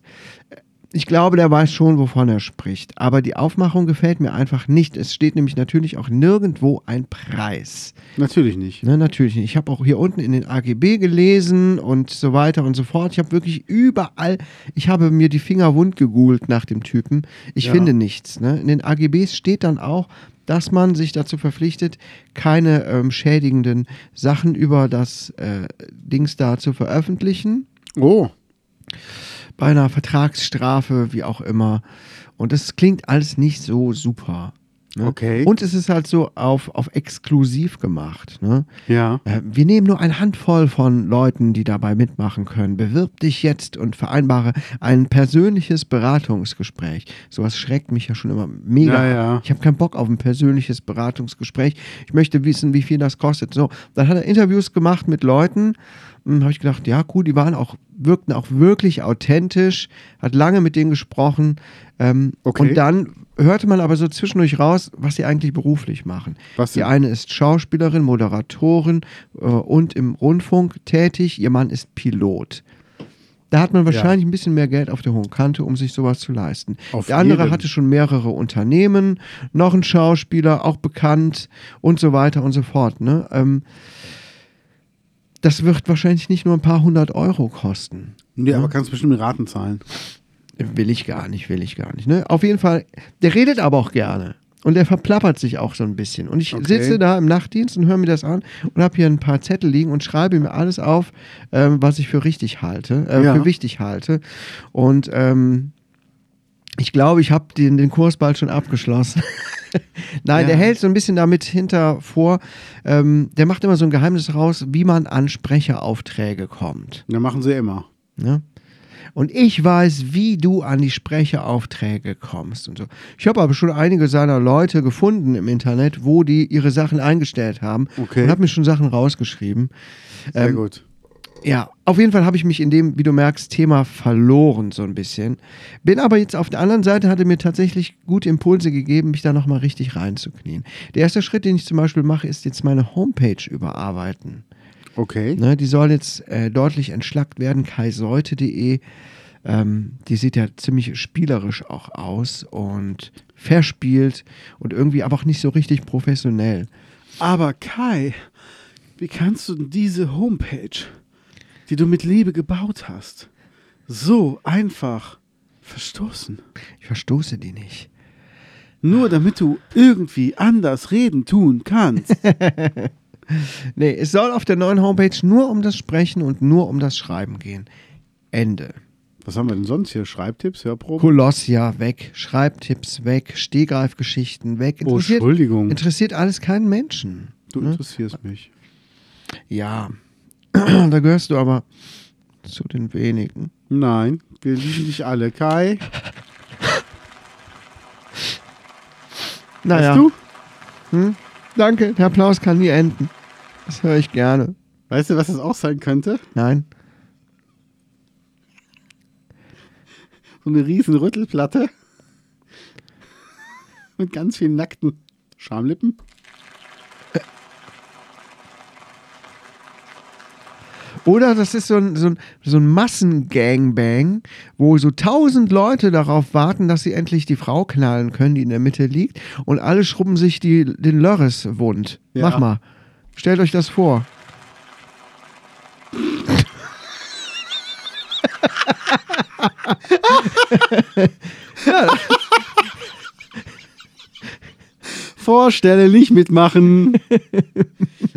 Speaker 1: ich glaube, der weiß schon, wovon er spricht. Aber die Aufmachung gefällt mir einfach nicht. Es steht nämlich natürlich auch nirgendwo ein Preis.
Speaker 2: Natürlich nicht.
Speaker 1: Ne, natürlich nicht. Ich habe auch hier unten in den AGB gelesen und so weiter und so fort. Ich habe wirklich überall, ich habe mir die Finger wund gegoogelt nach dem Typen. Ich
Speaker 2: Ja.
Speaker 1: finde nichts. Ne? In den AGBs steht dann auch, dass man sich dazu verpflichtet, keine ähm, schädigenden Sachen über das äh, Dings da zu veröffentlichen
Speaker 2: Oh.
Speaker 1: bei einer Vertragsstrafe, wie auch immer. Und das klingt alles nicht so super. Ne?
Speaker 2: Okay.
Speaker 1: Und es ist halt so auf, auf exklusiv gemacht. Ne?
Speaker 2: Ja.
Speaker 1: Äh, Wir nehmen nur eine Handvoll von Leuten, die dabei mitmachen können. Bewirb dich jetzt und vereinbare ein persönliches Beratungsgespräch. Sowas schreckt mich ja schon immer mega.
Speaker 2: Ja, ja.
Speaker 1: Ich habe keinen Bock auf ein persönliches Beratungsgespräch. Ich möchte wissen, wie viel das kostet. So, dann hat er Interviews gemacht mit Leuten. Habe ich gedacht, ja, cool, die waren auch, wirkten auch wirklich authentisch, hat lange mit denen gesprochen. Ähm,
Speaker 2: Okay.
Speaker 1: Und dann hörte man aber so zwischendurch raus, was sie eigentlich beruflich machen.
Speaker 2: Was
Speaker 1: die
Speaker 2: denn?
Speaker 1: eine ist Schauspielerin, Moderatorin äh, und im Rundfunk tätig. Ihr Mann ist Pilot. Da hat man wahrscheinlich ein bisschen mehr Geld auf der hohen Kante, um sich sowas zu leisten.
Speaker 2: Auf
Speaker 1: der andere
Speaker 2: jeden.
Speaker 1: hatte schon mehrere Unternehmen, noch ein Schauspieler, auch bekannt und so weiter und so fort. Ne? Ähm, das wird wahrscheinlich nicht nur ein paar hundert Euro kosten.
Speaker 2: Nee, aber kannst bestimmt in Raten zahlen.
Speaker 1: Will ich gar nicht, will ich gar nicht. Ne? Auf jeden Fall, der redet aber auch gerne. Und der verplappert sich auch so ein bisschen. Und ich
Speaker 2: Okay.
Speaker 1: sitze da im Nachtdienst und höre mir das an und habe hier ein paar Zettel liegen und schreibe mir alles auf, ähm, was ich für richtig halte, äh,
Speaker 2: Ja.
Speaker 1: für wichtig halte. Und ähm, ich glaube, ich habe den, den Kurs bald schon abgeschlossen. Nein,
Speaker 2: Ja.
Speaker 1: der hält so ein bisschen damit hinter vor. Ähm, der macht immer so ein Geheimnis raus, wie man an Sprecheraufträge kommt.
Speaker 2: Ja, machen sie immer.
Speaker 1: Ne? Und ich weiß, wie du an die Sprecheraufträge kommst und so. Ich habe aber schon einige seiner Leute gefunden im Internet, wo die ihre Sachen eingestellt haben
Speaker 2: Okay.
Speaker 1: und habe mir schon Sachen rausgeschrieben.
Speaker 2: Sehr gut.
Speaker 1: Ja, auf jeden Fall habe ich mich in dem, wie du merkst, Thema verloren so ein bisschen. Bin aber jetzt auf der anderen Seite, hatte mir tatsächlich gute Impulse gegeben, mich da nochmal richtig reinzuknien. Der erste Schritt, den ich zum Beispiel mache, ist jetzt meine Homepage überarbeiten.
Speaker 2: Okay.
Speaker 1: Ne, die soll jetzt äh, deutlich entschlackt werden, kaiseute.de. Ähm, die sieht ja ziemlich spielerisch auch aus und verspielt und irgendwie aber auch nicht so richtig professionell.
Speaker 2: Aber Kai, wie kannst du denn diese Homepage, die du mit Liebe gebaut hast, so einfach verstoßen?
Speaker 1: Ich verstoße die nicht.
Speaker 2: Nur damit du irgendwie anders reden tun kannst.
Speaker 1: Nee, es soll auf der neuen Homepage nur um das Sprechen und nur um das Schreiben gehen. Ende.
Speaker 2: Was haben wir denn sonst hier? Schreibtipps, Hörproben?
Speaker 1: Kolossia weg, Schreibtipps weg, Stehgreifgeschichten weg.
Speaker 2: Oh, Entschuldigung.
Speaker 1: Interessiert Hm? alles keinen Menschen. ne?
Speaker 2: Du interessierst mich.
Speaker 1: Ja, da gehörst du aber zu den wenigen.
Speaker 2: Nein, wir lieben dich alle. Kai,
Speaker 1: Naja,
Speaker 2: weißt du?
Speaker 1: danke, der Applaus kann nie enden. Das höre ich gerne.
Speaker 2: Weißt du, was das auch sein könnte?
Speaker 1: Nein,
Speaker 2: So eine riesen Rüttelplatte. Mit ganz vielen nackten Schamlippen.
Speaker 1: Oder das ist so ein, so ein, so ein Massengangbang, wo so tausend Leute darauf warten, dass sie endlich die Frau knallen können, die in der Mitte liegt. Und alle schrubben sich die, den Lörres wund.
Speaker 2: Ja.
Speaker 1: Mach mal. Stellt euch das vor.
Speaker 2: Vorstelle nicht mitmachen.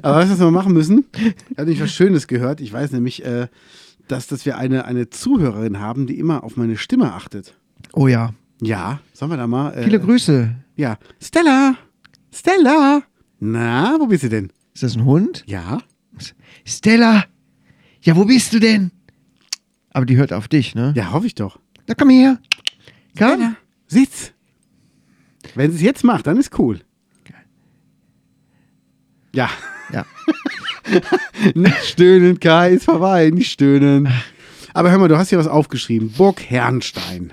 Speaker 2: Aber weißt du, was wir machen müssen? Ich habe nämlich was Schönes gehört. Ich weiß nämlich, äh, dass, dass wir eine, eine Zuhörerin haben, die immer auf meine Stimme achtet.
Speaker 1: Oh ja.
Speaker 2: Ja, sollen wir da mal. Äh,
Speaker 1: Viele Grüße.
Speaker 2: Ja. Stella! Stella! Na, wo bist du denn?
Speaker 1: Ist das ein Hund?
Speaker 2: Ja.
Speaker 1: Stella! Ja, wo bist du denn? Aber die hört auf dich, ne?
Speaker 2: Ja, hoffe ich doch.
Speaker 1: Na komm her. Komm.
Speaker 2: Sitz! Wenn sie es jetzt macht, dann ist cool. Ja.
Speaker 1: Ja.
Speaker 2: Nicht stöhnen, Kai, ist vorbei, nicht stöhnen. Aber hör mal, du hast hier was aufgeschrieben. Burg Herrenstein.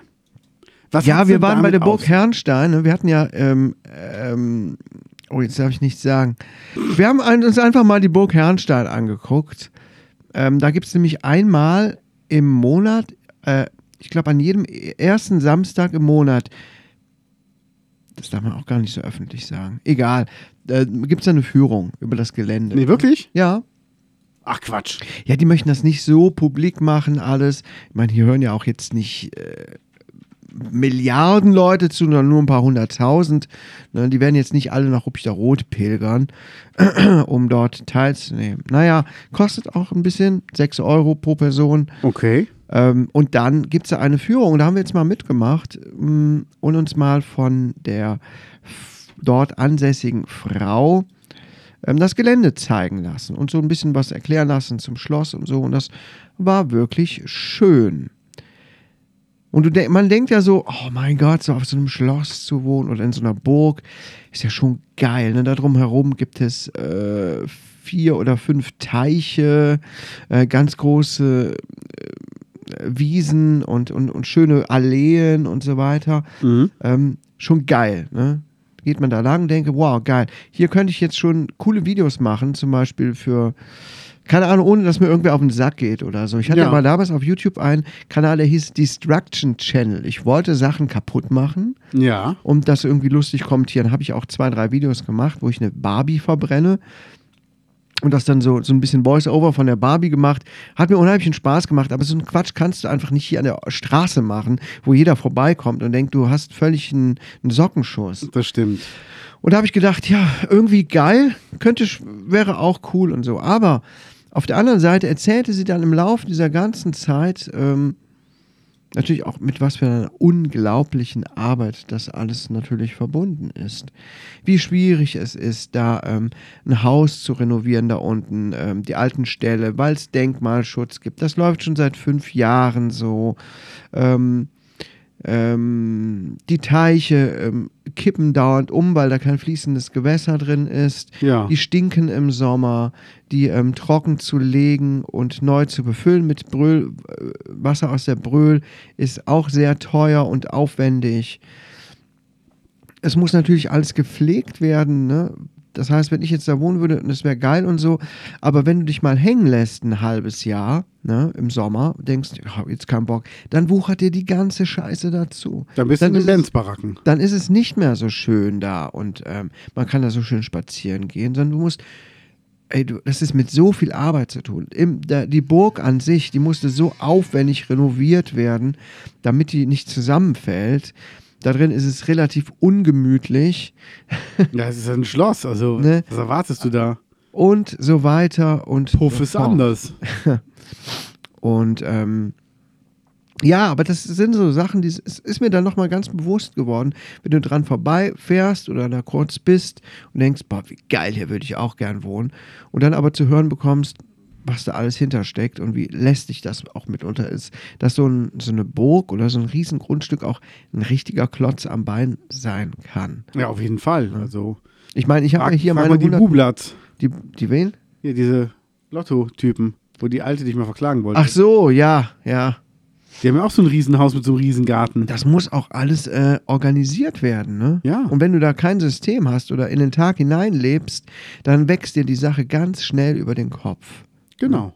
Speaker 2: Was
Speaker 1: Ja,
Speaker 2: hat's
Speaker 1: wir
Speaker 2: denn
Speaker 1: waren bei
Speaker 2: damit
Speaker 1: der Burg
Speaker 2: auf sich?
Speaker 1: Herrenstein. ne? Wir hatten ja, ähm, ähm, oh, jetzt darf ich nichts sagen. Wir haben ein, uns einfach mal die Burg Herrenstein angeguckt. Ähm, da gibt es nämlich einmal im Monat, äh, ich glaube an jedem ersten Samstag im Monat, das darf man auch gar nicht so öffentlich sagen, egal, äh, gibt es eine Führung über das Gelände.
Speaker 2: Nee, wirklich?
Speaker 1: Ja,
Speaker 2: Ach Quatsch.
Speaker 1: ja, die möchten das nicht so publik machen, alles. Ich meine, hier hören ja auch jetzt nicht äh, Milliarden Leute zu, sondern nur ein paar hunderttausend. Ne, die werden jetzt nicht alle nach Ruppichter Rot pilgern, um dort teilzunehmen. Naja, kostet auch ein bisschen, 6 Euro pro Person.
Speaker 2: Okay.
Speaker 1: Ähm, und dann gibt es da eine Führung, da haben wir jetzt mal mitgemacht ähm, und uns mal von der f- dort ansässigen Frau ähm, das Gelände zeigen lassen und so ein bisschen was erklären lassen zum Schloss und so. Und das war wirklich schön. Und du denk, man denkt ja so, oh mein Gott, so auf so einem Schloss zu wohnen oder in so einer Burg, ist ja schon geil. Ne? Da drumherum gibt es äh, vier oder fünf Teiche, äh, ganz große Wiesen und, und, und schöne Alleen und so weiter. Ähm, schon geil, ne? Geht man da lang und denke, wow, geil. Hier könnte ich jetzt schon coole Videos machen, zum Beispiel für, keine Ahnung, ohne dass mir irgendwer auf den Sack geht oder so. Ich hatte
Speaker 2: Ja.
Speaker 1: mal damals auf YouTube einen Kanal, der hieß Destruction Channel. Ich wollte Sachen kaputt machen
Speaker 2: Ja.
Speaker 1: um das irgendwie lustig kommentieren, habe ich auch zwei, drei Videos gemacht, wo ich eine Barbie verbrenne. Und das dann so, so ein bisschen Voice-Over von der Barbie gemacht. Hat mir unheimlichen Spaß gemacht, aber so einen Quatsch kannst du einfach nicht hier an der Straße machen, wo jeder vorbeikommt und denkt, du hast völlig einen, einen Sockenschuss.
Speaker 2: Das stimmt.
Speaker 1: Und da habe ich gedacht, ja, irgendwie geil, könnte, sch- wäre auch cool und so. Aber auf der anderen Seite erzählte sie dann im Laufe dieser ganzen Zeit, ähm, Natürlich auch mit was für einer unglaublichen Arbeit das alles natürlich verbunden ist. Wie schwierig es ist, da ähm, ein Haus zu renovieren da unten, ähm, die alten Ställe, weil es Denkmalschutz gibt. Das läuft schon seit fünf Jahren so. Ähm, ähm, die Teiche ähm, kippen dauernd um, weil da kein fließendes Gewässer drin ist.
Speaker 2: Ja.
Speaker 1: Die stinken im Sommer. Die ähm, trocken zu legen und neu zu befüllen mit Brühl, äh, Wasser aus der Brühl ist auch sehr teuer und aufwendig. Es muss natürlich alles gepflegt werden. Ne? Das heißt, wenn ich jetzt da wohnen würde, und das wäre geil und so, aber wenn du dich mal hängen lässt ein halbes Jahr ne, im Sommer, denkst, ich habe jetzt keinen Bock, dann wuchert dir die ganze Scheiße dazu.
Speaker 2: Dann bist du in den
Speaker 1: ist es-
Speaker 2: Benz-Baracken.
Speaker 1: dann ist es nicht mehr so schön da und ähm, man kann da so schön spazieren gehen, sondern du musst, ey, du, das ist mit so viel Arbeit zu tun. Im, da, die Burg an sich, die musste so aufwendig renoviert werden, damit die nicht zusammenfällt. Da drin ist es relativ ungemütlich
Speaker 2: Ja, es ist ein Schloss, also
Speaker 1: Ne?
Speaker 2: was erwartest du da?
Speaker 1: und so weiter und
Speaker 2: Puff
Speaker 1: so
Speaker 2: ist
Speaker 1: fort.
Speaker 2: anders.
Speaker 1: Und ähm, ja, aber das sind so Sachen, die es ist mir dann nochmal ganz bewusst geworden, wenn du dran vorbeifährst oder da kurz bist und denkst, boah, wie geil, hier würde ich auch gern wohnen. Und dann aber zu hören bekommst, was da alles hintersteckt und wie lästig das auch mitunter ist, dass so, ein, so eine Burg oder so ein Riesengrundstück auch ein richtiger Klotz am Bein sein kann.
Speaker 2: Ja, auf jeden Fall. Also,
Speaker 1: Ich meine, ich habe
Speaker 2: frag,
Speaker 1: ja hier
Speaker 2: frag
Speaker 1: meine
Speaker 2: mal die
Speaker 1: 100
Speaker 2: Bublatz.
Speaker 1: die, die wen?
Speaker 2: Hier, diese Lotto-Typen, wo die Alte dich mal verklagen wollte.
Speaker 1: Ach so, ja, ja.
Speaker 2: Die haben ja auch so ein Riesenhaus mit so einem Riesengarten.
Speaker 1: das muss auch alles äh, organisiert werden. Ne?
Speaker 2: Ja.
Speaker 1: Und wenn du da kein System hast oder in den Tag hineinlebst, dann wächst dir die Sache ganz schnell über den Kopf.
Speaker 2: Genau.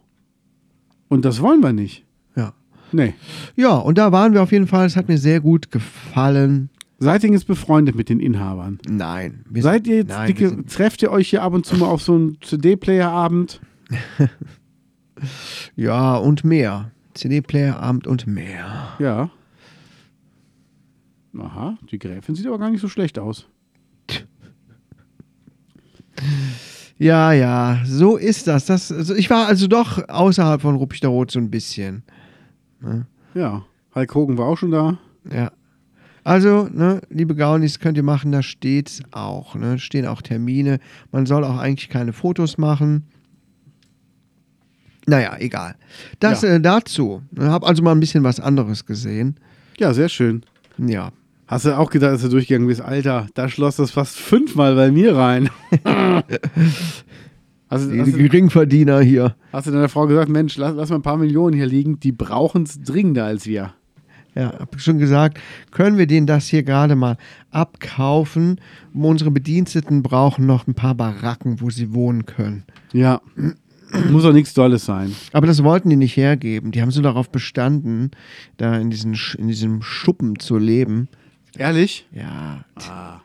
Speaker 2: Und das wollen wir nicht.
Speaker 1: Ja.
Speaker 2: Nee.
Speaker 1: Ja, und da waren wir auf jeden Fall. Es hat mir sehr gut gefallen.
Speaker 2: Seiting ist befreundet mit den Inhabern.
Speaker 1: Nein. wir
Speaker 2: Seid
Speaker 1: sind-
Speaker 2: ihr jetzt
Speaker 1: nein, wir
Speaker 2: dicke,
Speaker 1: sind-
Speaker 2: trefft ihr euch hier ab und zu mal auf so einen CD-Player-Abend?
Speaker 1: Ja, und mehr. CD-Player-Abend und mehr.
Speaker 2: Ja. Aha, die Gräfin sieht aber gar nicht so schlecht aus.
Speaker 1: Ja, ja, so ist das. das also ich war also doch außerhalb von Ruppig der Rot so ein bisschen.
Speaker 2: Ja. Hulk Hogan war auch schon da.
Speaker 1: Ja. Also, ne, liebe Gaunis, könnt ihr machen, da steht's auch. Ne? Stehen auch Termine. Man soll auch eigentlich keine Fotos machen. Naja, egal. Das
Speaker 2: Ja.
Speaker 1: äh, dazu. Ne, Hab also mal ein bisschen was anderes gesehen.
Speaker 2: Ja, sehr schön.
Speaker 1: Ja.
Speaker 2: Hast du auch gedacht, als du durchgegangen bist, Alter, da schloss das fast fünfmal bei mir rein. hast, du,
Speaker 1: Die,
Speaker 2: hast, du,
Speaker 1: Geringverdiener hier.
Speaker 2: hast du deiner Frau gesagt, Mensch, lass, lass mal ein paar Millionen hier liegen, die brauchen es dringender als wir.
Speaker 1: Ja, hab schon gesagt, können wir denen das hier gerade mal abkaufen? Unsere Bediensteten brauchen noch ein paar Baracken, wo sie wohnen können.
Speaker 2: Ja. Muss doch nichts Dolles sein.
Speaker 1: Aber das wollten die nicht hergeben. Die haben so darauf bestanden, da in, diesen, Sch- in diesem Schuppen zu leben.
Speaker 2: Ehrlich?
Speaker 1: Ja.
Speaker 2: Ah.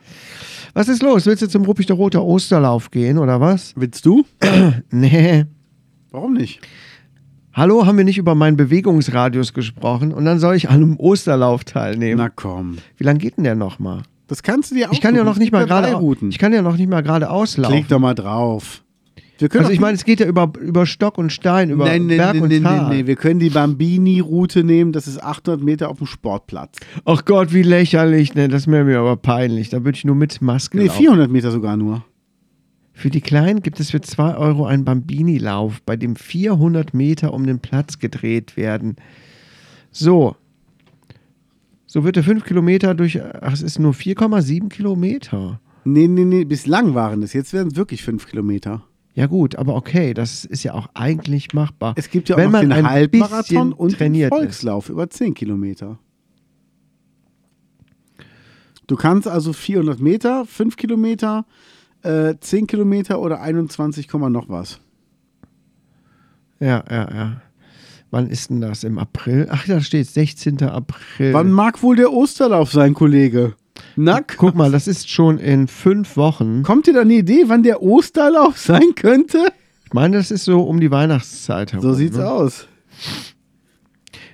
Speaker 1: Was ist los? Willst du zum Ruppig der Roter Osterlauf gehen oder was?
Speaker 2: Willst du?
Speaker 1: Nee.
Speaker 2: Warum nicht?
Speaker 1: Hallo, haben wir nicht über meinen Bewegungsradius gesprochen? Und dann soll ich an einem Osterlauf teilnehmen.
Speaker 2: Na komm.
Speaker 1: Wie lange geht denn der nochmal?
Speaker 2: Das kannst du dir auch.
Speaker 1: Ich kann ja noch nicht mal gerade.
Speaker 2: Routen.
Speaker 1: Ich kann ja noch nicht mal gerade auslaufen.
Speaker 2: Klick doch mal drauf. Wir können
Speaker 1: Also
Speaker 2: auch-
Speaker 1: ich meine, es geht ja über, über Stock und Stein, über
Speaker 2: Genau. nein, nein,
Speaker 1: Berg
Speaker 2: nein,
Speaker 1: und
Speaker 2: nein,
Speaker 1: Tal.
Speaker 2: nein, nein. Wir können die Bambini-Route nehmen. Das ist 800 Meter auf dem Sportplatz.
Speaker 1: Ach Gott, wie lächerlich. Ne, das wäre mir aber peinlich. Da würde ich nur mit Maske
Speaker 2: Nee,
Speaker 1: laufen.
Speaker 2: 400 Meter sogar nur.
Speaker 1: Für die Kleinen gibt es für 2 Euro einen Bambini-Lauf, bei dem 400 Meter um den Platz gedreht werden. So. So wird der 5 Kilometer durch. Ach, es ist nur 4,7 Kilometer.
Speaker 2: Nee, nee, nee. Bislang waren es. Jetzt werden es wirklich 5 Kilometer.
Speaker 1: Ja, gut, aber okay, das ist ja auch eigentlich machbar.
Speaker 2: Es gibt ja auch
Speaker 1: Wenn
Speaker 2: noch
Speaker 1: man
Speaker 2: den
Speaker 1: ein
Speaker 2: Halbmarathon
Speaker 1: bisschen
Speaker 2: und den
Speaker 1: trainiert
Speaker 2: Volkslauf über 10 Kilometer. Du kannst also 400 Meter, 5 Kilometer, äh, 10 Kilometer oder 21, Komma noch was.
Speaker 1: Ist. Ja, ja, ja. Wann ist denn das? Im April? Ach, da steht 16. April.
Speaker 2: Wann mag wohl der Osterlauf sein, Kollege? Na, k-
Speaker 1: Guck mal, das ist schon in fünf Wochen.
Speaker 2: kommt dir da eine Idee, wann der Osterlauf sein könnte?
Speaker 1: Ich meine, das ist so um die Weihnachtszeit herum.
Speaker 2: So sieht's
Speaker 1: ne?
Speaker 2: aus.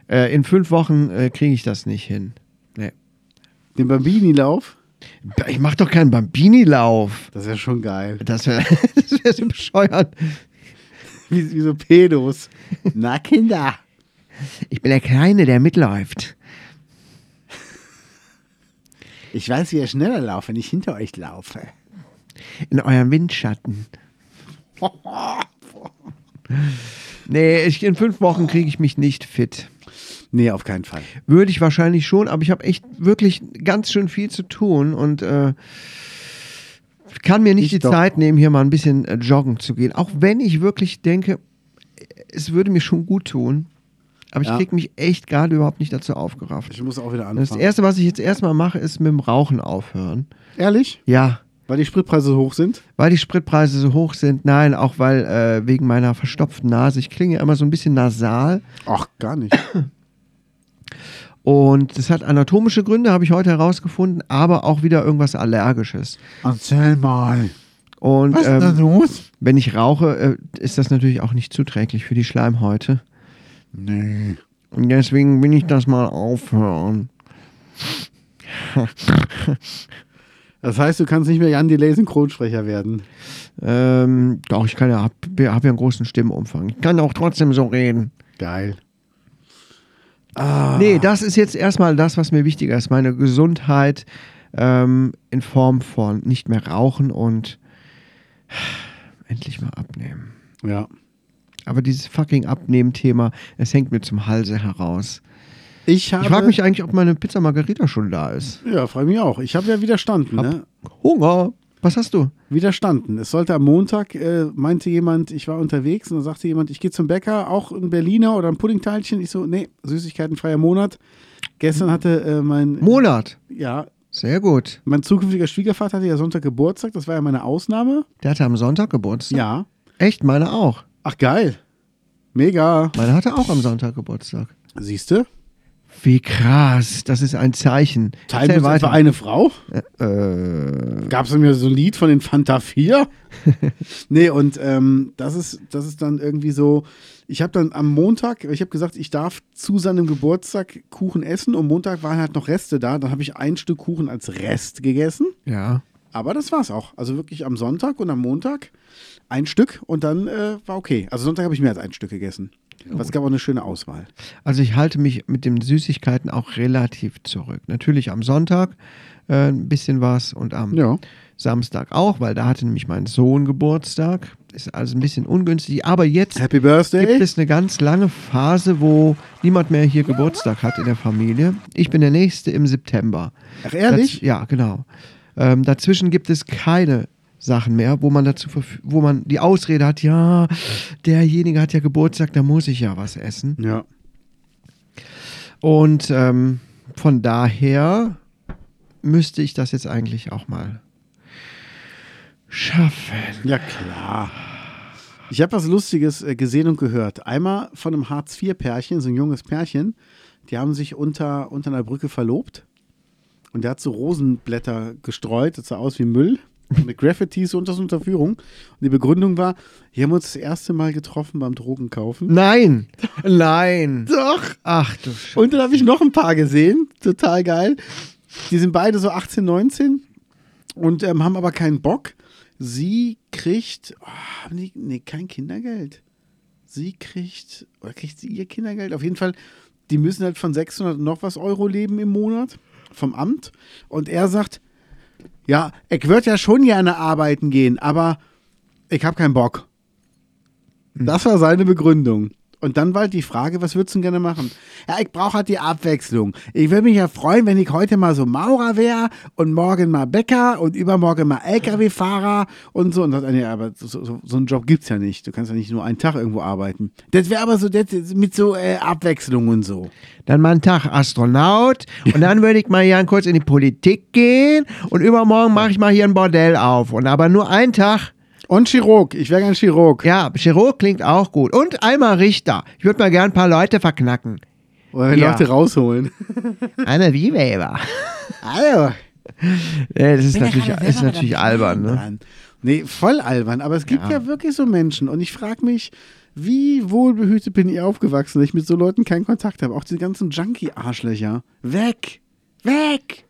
Speaker 1: Äh, in fünf Wochen äh, kriege ich das nicht hin. Nee.
Speaker 2: Den Bambini-Lauf?
Speaker 1: Ich mache doch keinen Bambini-Lauf.
Speaker 2: Das ist ja schon geil.
Speaker 1: Das wäre das wär so bescheuert.
Speaker 2: Wie, wie so Pedos. Na, Kinder.
Speaker 1: Ich bin der Kleine, der mitläuft.
Speaker 2: Ich weiß, wie ihr schneller lauft, wenn ich hinter euch laufe.
Speaker 1: In eurem Windschatten. Nee, ich, in fünf Wochen kriege ich mich nicht fit.
Speaker 2: Nee, auf keinen Fall.
Speaker 1: Würde ich wahrscheinlich schon, aber ich habe echt wirklich ganz schön viel zu tun und äh, kann mir nicht
Speaker 2: Ich
Speaker 1: die
Speaker 2: doch.
Speaker 1: Zeit nehmen, hier mal ein bisschen äh, joggen zu gehen. Auch wenn ich wirklich denke, es würde mir schon gut tun. Aber ich
Speaker 2: Ja.
Speaker 1: kriege mich echt gerade überhaupt nicht dazu aufgerafft.
Speaker 2: Ich muss auch wieder
Speaker 1: Das
Speaker 2: anfangen.
Speaker 1: Erste, was ich jetzt erstmal mache, ist mit dem Rauchen aufhören.
Speaker 2: Ehrlich?
Speaker 1: Ja,
Speaker 2: Weil die Spritpreise so hoch sind?
Speaker 1: weil die Spritpreise so hoch sind. Nein, auch weil äh, wegen meiner verstopften Nase. Ich klinge ja immer so ein bisschen nasal.
Speaker 2: Ach, gar nicht.
Speaker 1: Und das hat anatomische Gründe, habe ich heute herausgefunden, aber auch wieder irgendwas Allergisches.
Speaker 2: Erzähl mal.
Speaker 1: Und
Speaker 2: Was Also- ist denn
Speaker 1: ähm,
Speaker 2: los?
Speaker 1: wenn ich rauche, äh, ist das natürlich auch nicht zuträglich für die Schleimhäute.
Speaker 2: Nee.
Speaker 1: Und deswegen will ich das mal aufhören.
Speaker 2: Das heißt, du kannst nicht mehr Jan Delay Synchronsprecher werden.
Speaker 1: Ähm, doch, ich kann ja, hab, hab ja einen großen Stimmenumfang. Ich kann auch trotzdem so reden.
Speaker 2: Geil.
Speaker 1: Nee, das ist jetzt erstmal das, was mir wichtiger ist. Meine Gesundheit ähm, in Form von nicht mehr rauchen und endlich mal abnehmen.
Speaker 2: Ja.
Speaker 1: Aber dieses fucking Abnehmen-Thema, es hängt mir zum Halse heraus.
Speaker 2: Ich habe.
Speaker 1: Ich frage mich eigentlich, ob meine Pizza Margarita schon da ist.
Speaker 2: Ja, frage mich auch. Ich habe ja widerstanden, ne?
Speaker 1: Hunger. Was hast du?
Speaker 2: Widerstanden. Es sollte am Montag, äh, meinte jemand, ich war unterwegs und dann sagte jemand, ich gehe zum Bäcker, auch ein Berliner oder ein Puddingteilchen. Ich so, nee, süßigkeitenfreier Monat. Gestern hatte äh, mein,
Speaker 1: Monat.
Speaker 2: ja,
Speaker 1: Sehr gut.
Speaker 2: mein zukünftiger Schwiegervater hatte ja Sonntag Geburtstag, das war ja meine Ausnahme.
Speaker 1: Der hatte am Sonntag Geburtstag.
Speaker 2: Ja.
Speaker 1: Echt, meine auch.
Speaker 2: Ach geil. Mega.
Speaker 1: Meine hatte auch am Sonntag Geburtstag.
Speaker 2: Siehst du?
Speaker 1: Wie krass. Das ist ein Zeichen.
Speaker 2: Time ist einfach eine Frau.
Speaker 1: äh,
Speaker 2: Gab es mir so ein Lied von den Fanta 4? nee, und ähm, das, ist, das ist dann irgendwie so. Ich habe dann am Montag, ich habe gesagt, ich darf zu seinem Geburtstag Kuchen essen und Montag waren halt noch Reste da. Dann habe ich ein Stück Kuchen als Rest gegessen.
Speaker 1: ja.
Speaker 2: Aber das war's auch. Also wirklich am Sonntag und am Montag ein Stück und dann äh, war okay. Also Sonntag habe ich mehr als ein Stück gegessen. Es gab auch eine schöne Auswahl.
Speaker 1: Also ich halte mich mit den Süßigkeiten auch relativ zurück. Natürlich am Sonntag äh, ein bisschen was und am
Speaker 2: Ja.
Speaker 1: Samstag auch, weil da hatte nämlich mein Sohn Geburtstag. Ist also ein bisschen ungünstig. Aber jetzt
Speaker 2: Happy Birthday.
Speaker 1: gibt es eine ganz lange Phase, wo niemand mehr hier Geburtstag hat in der Familie. Ich bin der Nächste im September.
Speaker 2: Ach,
Speaker 1: Daz
Speaker 2: ehrlich?
Speaker 1: ja, genau. Ähm, dazwischen gibt es keine Sachen mehr, wo man dazu, verf- wo man die Ausrede hat, ja, derjenige hat ja Geburtstag, da muss ich ja was essen.
Speaker 2: Ja.
Speaker 1: Und ähm, von daher müsste ich das jetzt eigentlich auch mal schaffen.
Speaker 2: Ja, klar. Ich habe was Lustiges äh, gesehen und gehört. Einmal von einem Hartz-IV-Pärchen, so ein junges Pärchen. Die haben sich unter, unter einer Brücke verlobt. Und der hat so Rosenblätter gestreut. Das sah aus wie Müll. Mit Graffitis und das Unterführung. Und die Begründung war, wir haben uns das erste Mal getroffen beim Drogenkaufen.
Speaker 1: Nein, nein.
Speaker 2: Doch!
Speaker 1: Ach du Sch
Speaker 2: Und dann habe ich noch ein paar gesehen. Total geil. Die sind beide so 18, 19 und ähm, haben aber keinen Bock. Sie kriegt, oh, haben die, nee, kein Kindergeld. Sie kriegt, oder kriegt sie ihr Kindergeld? Auf jeden Fall, die müssen halt von 600 und noch was Euro leben im Monat vom Amt. Und er sagt, ja, ich würde ja schon gerne arbeiten gehen, aber ich habe keinen Bock. Das war seine Begründung. Und dann war halt die Frage, was würdest du denn gerne machen? Ja, ich brauche halt die Abwechslung. Ich würde mich ja freuen, wenn ich heute mal so Maurer wäre und morgen mal Bäcker und übermorgen mal LKW-Fahrer und so. Und sagt, er, nee, aber so, so, so einen Job gibt's ja nicht. Du kannst ja nicht nur einen Tag irgendwo arbeiten. Das wäre aber so das, mit so äh, Abwechslung und so.
Speaker 1: Dann mal einen Tag Astronaut und dann würde ich mal hier kurz in die Politik gehen und übermorgen mache ich mal hier ein Bordell auf. Und aber nur einen Tag.
Speaker 2: Und Chirurg. Ich wäre gern Chirurg.
Speaker 1: Ja, Chirurg klingt auch gut. Und einmal Richter. Ich würde mal gern ein paar Leute verknacken.
Speaker 2: Oder wenn
Speaker 1: Ja.
Speaker 2: Leute rausholen.
Speaker 1: Anne Wieweber.
Speaker 2: Hallo.
Speaker 1: Ja, das ist
Speaker 3: Bin ja
Speaker 1: natürlich,
Speaker 3: gerade selber
Speaker 1: ist natürlich
Speaker 3: dabei.
Speaker 1: albern, ne?
Speaker 2: Albern. Nee, voll albern. Aber es gibt ja, wirklich so Menschen. Und ich frage mich, wie wohlbehütet bin ich aufgewachsen, dass ich mit so Leuten keinen Kontakt habe. Auch diese ganzen Junkie-Arschlöcher. Weg! Weg!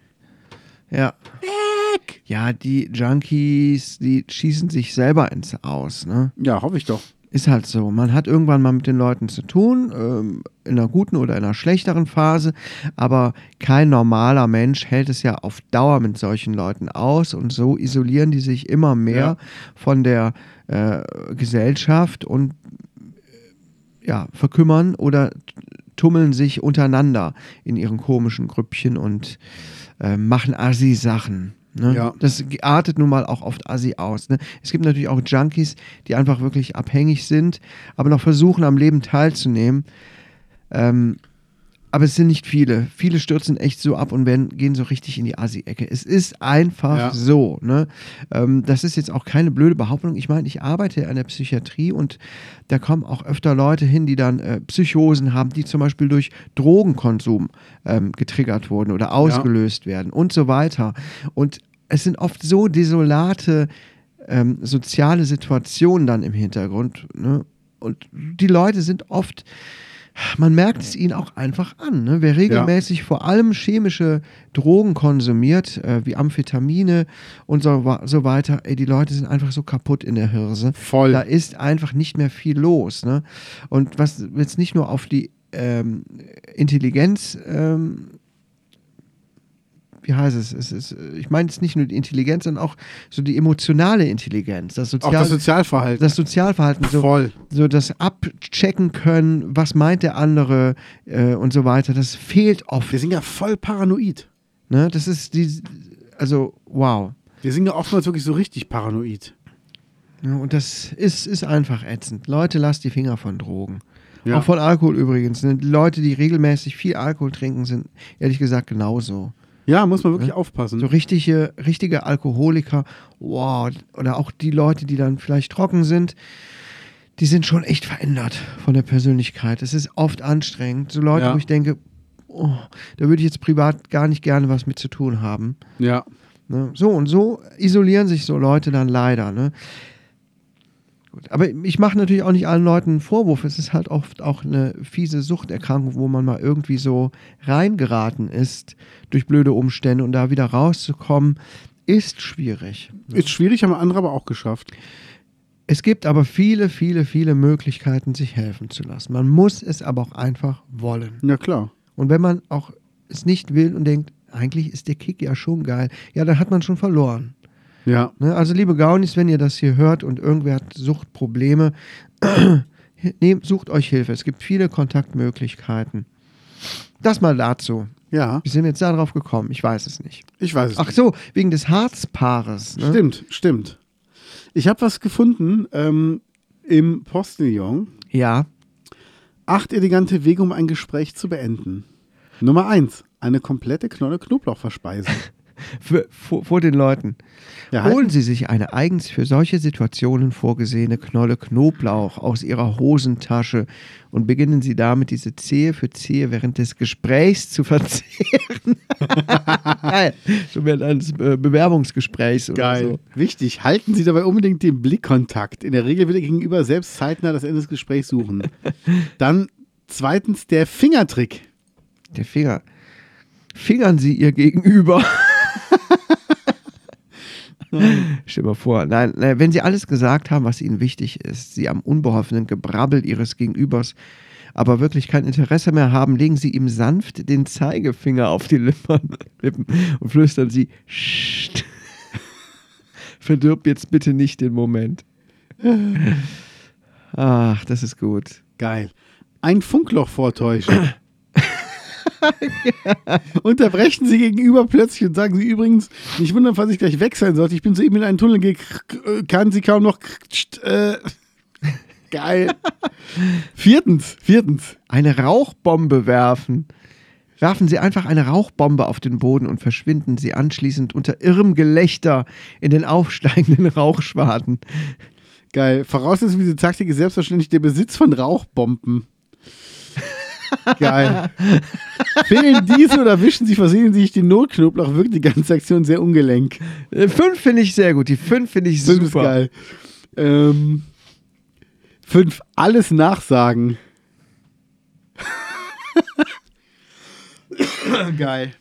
Speaker 1: Ja.
Speaker 2: Weg!
Speaker 1: ja, die Junkies, die schießen sich selber ins Aus, ne?
Speaker 2: Ja, hoffe ich doch.
Speaker 1: Ist halt so. Man hat irgendwann mal mit den Leuten zu tun, ähm, in einer guten oder in einer schlechteren Phase, aber kein normaler Mensch hält es ja auf Dauer mit solchen Leuten aus und so isolieren die sich immer mehr von der äh, Gesellschaft und äh, ja, verkümmern oder t- tummeln sich untereinander in ihren komischen Grüppchen und äh, machen Assi-Sachen. Ne?
Speaker 2: Ja.
Speaker 1: Das ge- artet nun mal auch oft assi aus. Ne? Es gibt natürlich auch Junkies, die einfach wirklich abhängig sind, aber noch versuchen, am Leben teilzunehmen. Ähm, aber es sind nicht viele. Viele stürzen echt so ab und werden, gehen so richtig in die Assi-Ecke. Es ist einfach
Speaker 2: Ja.
Speaker 1: so. Ne? Ähm, das ist jetzt auch keine blöde Behauptung. Ich meine, ich arbeite an der Psychiatrie und da kommen auch öfter Leute hin, die dann äh, Psychosen haben, die zum Beispiel durch Drogenkonsum ähm, getriggert wurden oder ausgelöst werden und so weiter. Und es sind oft so desolate ähm, soziale Situationen dann im Hintergrund. Ne? Und die Leute sind oft man merkt es ihnen auch einfach an. Ne? Wer regelmäßig vor allem chemische Drogen konsumiert, äh, wie Amphetamine und so, wa- so weiter, ey, die Leute sind einfach so kaputt in der Hirse.
Speaker 2: Voll.
Speaker 1: Da ist einfach nicht mehr viel los. Ne? Und was jetzt nicht nur auf die ähm, Intelligenz ähm, wie heißt es? es ist, äh, ich meine jetzt nicht nur die Intelligenz, sondern auch so die emotionale Intelligenz, das,
Speaker 2: Auch
Speaker 1: Sozial
Speaker 2: das Sozialverhalten.
Speaker 1: das Sozialverhalten, so,
Speaker 2: Voll.
Speaker 1: so das Abchecken können, was meint der andere äh, und so weiter. Das fehlt oft.
Speaker 2: Wir sind ja voll paranoid.
Speaker 1: Ne? Das ist die, also wow.
Speaker 2: Wir sind ja oftmals wirklich so richtig paranoid.
Speaker 1: Ja, Ne, und das ist, ist einfach ätzend. Leute, lasst die Finger von Drogen.
Speaker 2: Ja.
Speaker 1: Auch von Alkohol übrigens. ne? Die Leute, die regelmäßig viel Alkohol trinken, sind ehrlich gesagt genauso.
Speaker 2: Ja, muss man wirklich aufpassen.
Speaker 1: So richtige, richtige Alkoholiker, wow, oder auch die Leute, die dann vielleicht trocken sind, die sind schon echt verändert von der Persönlichkeit. Es ist oft anstrengend. So Leute,
Speaker 2: Ja.
Speaker 1: wo ich denke, oh, da würde ich jetzt privat gar nicht gerne was mit zu tun haben.
Speaker 2: ja.
Speaker 1: Ne? So und so isolieren sich so Leute dann leider. Ne? Gut. Aber ich mache natürlich auch nicht allen Leuten einen Vorwurf. Es ist halt oft auch eine fiese Suchterkrankung, wo man mal irgendwie so reingeraten ist durch blöde Umstände und da wieder rauszukommen, ist schwierig.
Speaker 2: Ist schwierig, haben andere aber auch geschafft.
Speaker 1: Es gibt aber viele, viele, viele Möglichkeiten, sich helfen zu lassen. Man muss es aber auch einfach wollen.
Speaker 2: Ja, klar.
Speaker 1: Und wenn man auch es nicht will und denkt, eigentlich ist der Kick ja schon geil, ja, dann hat man schon verloren.
Speaker 2: Ja.
Speaker 1: Ne? Also liebe Gaunis, wenn ihr das hier hört und irgendwer hat Suchtprobleme, nehmt, sucht euch Hilfe. Es gibt viele Kontaktmöglichkeiten. Das mal dazu.
Speaker 2: Ja.
Speaker 1: Wie sind wir jetzt darauf gekommen? Ich weiß es nicht.
Speaker 2: Ich weiß es
Speaker 1: Ach so, wegen des Harzpaares. Ne?
Speaker 2: Stimmt, stimmt. Ich habe was gefunden ähm, im Postillon.
Speaker 1: Ja.
Speaker 2: Acht elegante Wege, um ein Gespräch zu beenden. Nummer eins. Eine komplette Knolle Knoblauchverspeise.
Speaker 1: Für, vor, vor den Leuten.
Speaker 2: Ja,
Speaker 1: Holen Sie sich eine eigens für solche Situationen vorgesehene Knolle Knoblauch aus Ihrer Hosentasche und beginnen Sie damit, diese Zehe für Zehe während des Gesprächs zu verzehren. Geil. so während eines äh, Bewerbungsgesprächs oder so.
Speaker 2: Also, Wichtig, halten Sie dabei unbedingt den Blickkontakt. In der Regel will der Gegenüber selbst zeitnah das Ende des Gesprächs suchen. Dann zweitens der Fingertrick.
Speaker 1: Der Finger. Fingern Sie Ihr Gegenüber. Stell dir mal vor, nein, nein, wenn Sie alles gesagt haben, was Ihnen wichtig ist, Sie am unbeholfenen Gebrabbel Ihres Gegenübers aber wirklich kein Interesse mehr haben, legen Sie ihm sanft den Zeigefinger auf die Lippen, Lippen und flüstern Sie, Scht. verdirb jetzt bitte nicht den Moment. Ach, das ist gut.
Speaker 2: Geil. Ein Funkloch vortäuschen. Unterbrechen Sie gegenüber plötzlich und sagen Sie übrigens, ich wundere, falls ich gleich weg sein sollte. Ich bin soeben in einen Tunnel gegangen, kann Sie kaum noch. Äh, geil. Viertens, viertens.
Speaker 1: eine Rauchbombe werfen. Werfen Sie einfach eine Rauchbombe auf den Boden und verschwinden Sie anschließend unter irrem Gelächter in den aufsteigenden Rauchschwaden.
Speaker 2: Geil. Voraussetzung für diese Taktik ist selbstverständlich der Besitz von Rauchbomben. Geil. Fehlen diese oder wischen Sie versehentlich den Notknoblauch, wirkt die ganze Aktion sehr ungelenk.
Speaker 1: Äh, Fünf finde ich sehr gut. Die fünf finde ich
Speaker 2: Fünf ist
Speaker 1: super.
Speaker 2: geil. Ähm, fünf, alles nachsagen. geil.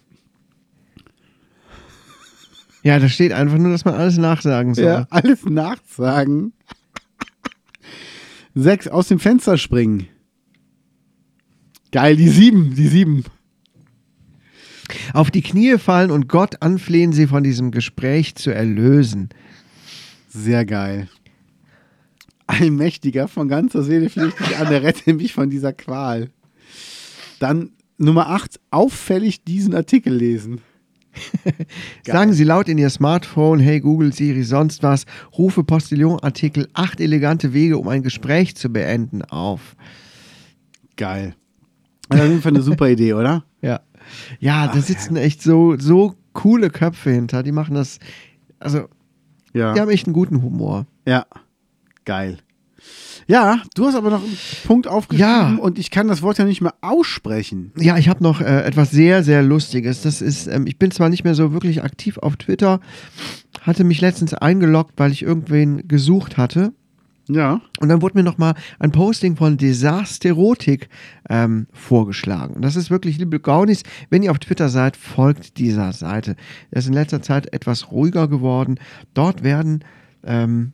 Speaker 1: Ja, da steht einfach nur, dass man alles nachsagen soll.
Speaker 2: Ja, alles nachsagen. Sechs, aus dem Fenster springen. Geil, die sieben, die sieben.
Speaker 1: Auf die Knie fallen und Gott anflehen, sie von diesem Gespräch zu erlösen.
Speaker 2: Sehr geil. Allmächtiger, von ganzer Seele flehe ich dich an, rette mich von dieser Qual. Dann Nummer 8, auffällig diesen Artikel lesen.
Speaker 1: Sagen Sie laut in Ihr Smartphone, hey Google, Siri, sonst was, rufe Postillon Artikel 8 elegante Wege, um ein Gespräch zu beenden auf.
Speaker 2: Geil. Das ist auf jeden Fall eine super Idee, oder?
Speaker 1: Ja. Ja, da sitzen echt so, so coole Köpfe hinter, die machen das, also, die haben echt einen guten Humor.
Speaker 2: Ja, geil. Ja, du hast aber noch einen Punkt aufgeschrieben
Speaker 1: Ja.
Speaker 2: und ich kann das Wort ja nicht mehr aussprechen.
Speaker 1: Ja, ich habe noch äh, etwas sehr, sehr Lustiges. Das ist, ähm, ich bin zwar nicht mehr so wirklich aktiv auf Twitter, hatte mich letztens eingeloggt, weil ich irgendwen gesucht hatte.
Speaker 2: Ja.
Speaker 1: Und dann wurde mir nochmal ein Posting von Desasterotik ähm, vorgeschlagen. Und das ist wirklich, liebe Gaunis, wenn ihr auf Twitter seid, folgt dieser Seite. Das ist in letzter Zeit etwas ruhiger geworden. Dort werden ähm,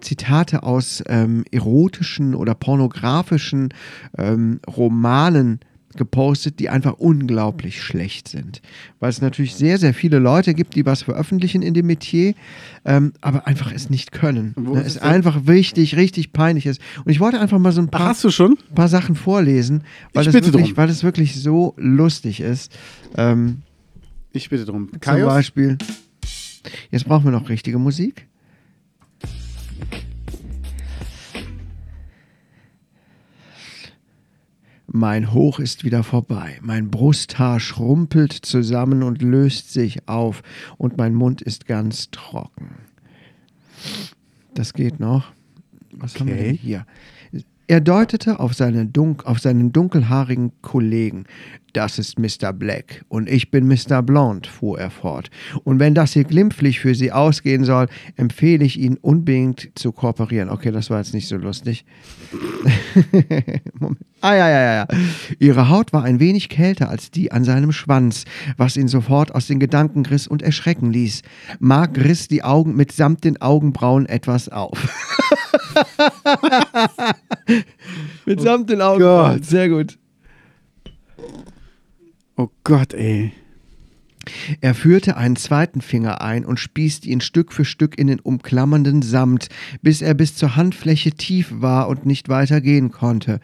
Speaker 1: Zitate aus ähm, erotischen oder pornografischen ähm, Romanen gepostet, die einfach unglaublich schlecht sind. Weil es natürlich sehr, sehr viele Leute gibt, die was veröffentlichen in dem Metier, ähm, aber einfach es nicht können.
Speaker 2: Wo
Speaker 1: Ne?
Speaker 2: ist
Speaker 1: Es
Speaker 2: es denn?
Speaker 1: einfach richtig, richtig peinlich ist. Und ich wollte einfach mal so ein
Speaker 2: Ach,
Speaker 1: paar,
Speaker 2: hast du schon?
Speaker 1: paar Sachen vorlesen, weil
Speaker 2: Ich
Speaker 1: es
Speaker 2: bitte
Speaker 1: wirklich,
Speaker 2: drum.
Speaker 1: weil es wirklich so lustig ist. Ähm,
Speaker 2: Ich bitte drum.
Speaker 1: zum
Speaker 2: Kaios?
Speaker 1: Beispiel. Jetzt brauchen wir noch richtige Musik. Mein Hoch ist wieder vorbei. Mein Brusthaar schrumpelt zusammen und löst sich auf. Und mein Mund ist ganz trocken. Das geht noch. Was haben wir
Speaker 2: Okay.
Speaker 1: denn hier? Er deutete auf, seine Dunk auf seinen dunkelhaarigen Kollegen. Das ist Mr. Black und ich bin Mr. Blond, fuhr er fort. Und wenn das hier glimpflich für Sie ausgehen soll, empfehle ich Ihnen unbedingt zu kooperieren. Okay, das war jetzt nicht so lustig. Moment. Ah, ja, ja, ja, ja. Ihre Haut war ein wenig kälter als die an seinem Schwanz, was ihn sofort aus den Gedanken riss und erschrecken ließ. Mark riss die Augen mitsamt den Augenbrauen etwas auf. mitsamt den Augenbrauen.
Speaker 2: Gott.
Speaker 1: Sehr gut.
Speaker 2: Oh Gott, ey.
Speaker 1: Er führte einen zweiten Finger ein und spießt ihn Stück für Stück in den umklammernden Samt, bis er bis zur Handfläche tief war und nicht weiter gehen konnte.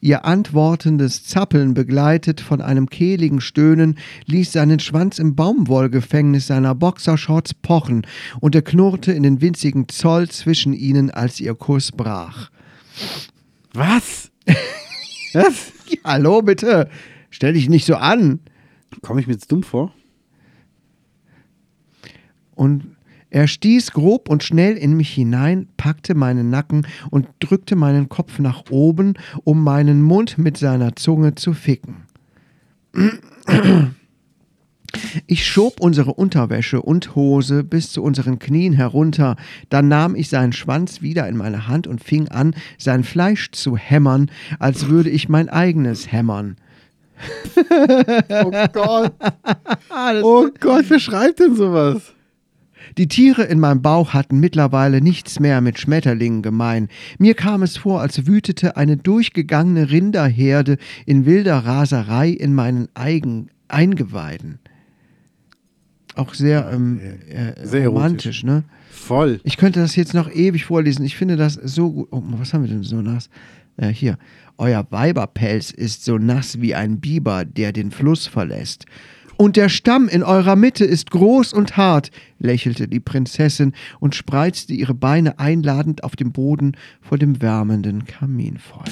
Speaker 1: Ihr antwortendes Zappeln, begleitet von einem kehligen Stöhnen, ließ seinen Schwanz im Baumwollgefängnis seiner Boxershorts pochen, und er knurrte in den winzigen Zoll zwischen ihnen, als ihr Kuss brach.
Speaker 2: Was? Was?
Speaker 1: Hallo, bitte! Stell dich nicht so an!
Speaker 2: Komme ich mir jetzt dumm vor?
Speaker 1: und er stieß grob und schnell in mich hinein, packte meinen Nacken und drückte meinen Kopf nach oben, um meinen Mund mit seiner Zunge zu ficken. Ich schob unsere Unterwäsche und Hose bis zu unseren Knien herunter, dann nahm ich seinen Schwanz wieder in meine Hand und fing an, sein Fleisch zu hämmern, als würde ich mein eigenes hämmern.
Speaker 2: Oh Gott. oh Gott, wer schreibt denn sowas?
Speaker 1: Die Tiere in meinem Bauch hatten mittlerweile nichts mehr mit Schmetterlingen gemein. Mir kam es vor, als wütete eine durchgegangene Rinderherde in wilder Raserei in meinen eigen Eingeweiden. Auch sehr, ähm, äh,
Speaker 2: Sehr
Speaker 1: romantisch, ne?
Speaker 2: Voll.
Speaker 1: Ich könnte das jetzt noch ewig vorlesen. Ich finde das so gut. Oh, was haben wir denn so nass? Äh, hier. Euer Weiberpelz ist so nass wie ein Biber, der den Fluss verlässt. Und der Stamm in eurer Mitte ist groß und hart, lächelte die Prinzessin und spreizte ihre Beine einladend auf dem Boden vor dem wärmenden Kaminfeuer.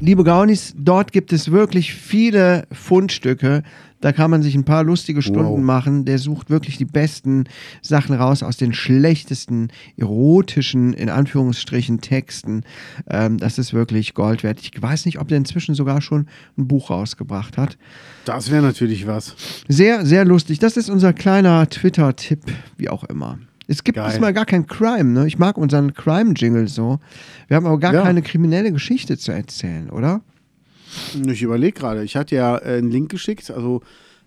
Speaker 1: Liebe Gaunis, dort gibt es wirklich viele Fundstücke. Da kann man sich ein paar lustige Stunden
Speaker 2: Wow.
Speaker 1: machen. Der sucht wirklich die besten Sachen raus aus den schlechtesten erotischen, in Anführungsstrichen, Texten. Ähm, das ist wirklich Gold wert. Ich weiß nicht, ob der inzwischen sogar schon ein Buch rausgebracht hat.
Speaker 2: Das wäre natürlich was.
Speaker 1: Sehr, sehr lustig. Das ist unser kleiner Twitter-Tipp, wie auch immer. Es gibt
Speaker 2: Geil.
Speaker 1: diesmal gar kein Crime, ne? Ich mag unseren Crime-Jingle so. Wir haben aber gar
Speaker 2: Ja.
Speaker 1: keine kriminelle Geschichte zu erzählen, oder?
Speaker 2: Hm, Ich überlege gerade. Ich hatte ja äh, einen Link geschickt, also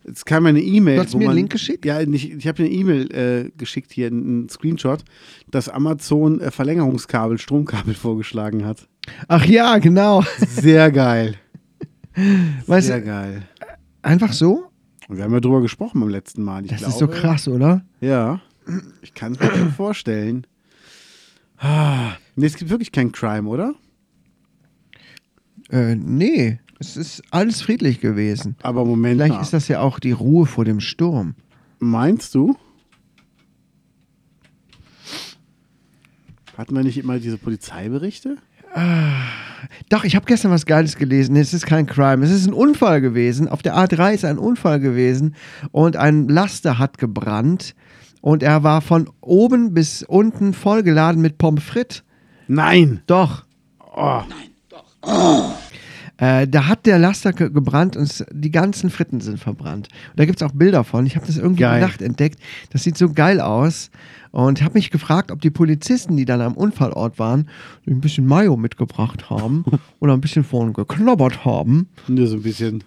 Speaker 2: Es kam eine E-Mail.
Speaker 1: Du hast
Speaker 2: wo
Speaker 1: mir einen
Speaker 2: man-
Speaker 1: Link geschickt?
Speaker 2: Ja, nicht, ich habe eine E-Mail äh, geschickt, hier einen Screenshot, dass Amazon äh, Verlängerungskabel, Stromkabel vorgeschlagen hat.
Speaker 1: Ach ja, genau.
Speaker 2: Sehr geil.
Speaker 1: Weißt
Speaker 2: Sehr
Speaker 1: du,
Speaker 2: geil.
Speaker 1: einfach so?
Speaker 2: Und wir haben ja drüber gesprochen beim letzten Mal. Ich
Speaker 1: Das
Speaker 2: glaube,
Speaker 1: ist so krass, oder?
Speaker 2: Ja, ich kann es mir schon vorstellen. Ah, Nee, es gibt wirklich keinen Crime, oder?
Speaker 1: Äh, nee, es ist alles friedlich gewesen.
Speaker 2: Aber Moment
Speaker 1: Vielleicht
Speaker 2: mal.
Speaker 1: ist das ja auch die Ruhe vor dem Sturm.
Speaker 2: Meinst du? Hatten wir nicht immer diese Polizeiberichte?
Speaker 1: Doch, ich habe gestern was Geiles gelesen. Es ist kein Crime. Es ist ein Unfall gewesen. Auf der A3 ist ein Unfall gewesen und ein Laster hat gebrannt und er war von oben bis unten vollgeladen mit Pommes frites.
Speaker 2: Nein!
Speaker 1: Doch.
Speaker 2: Oh,
Speaker 1: Äh, da hat der Laster ge gebrannt und s- die ganzen Fritten sind verbrannt. Und da gibt es auch Bilder von. Ich habe das irgendwie
Speaker 2: Geil.
Speaker 1: in der Nacht entdeckt. Das sieht so geil aus. Und habe mich gefragt, ob die Polizisten, die dann am Unfallort waren, ein bisschen Mayo mitgebracht haben oder ein bisschen vorne geknobbert haben.
Speaker 2: nur so ein bisschen.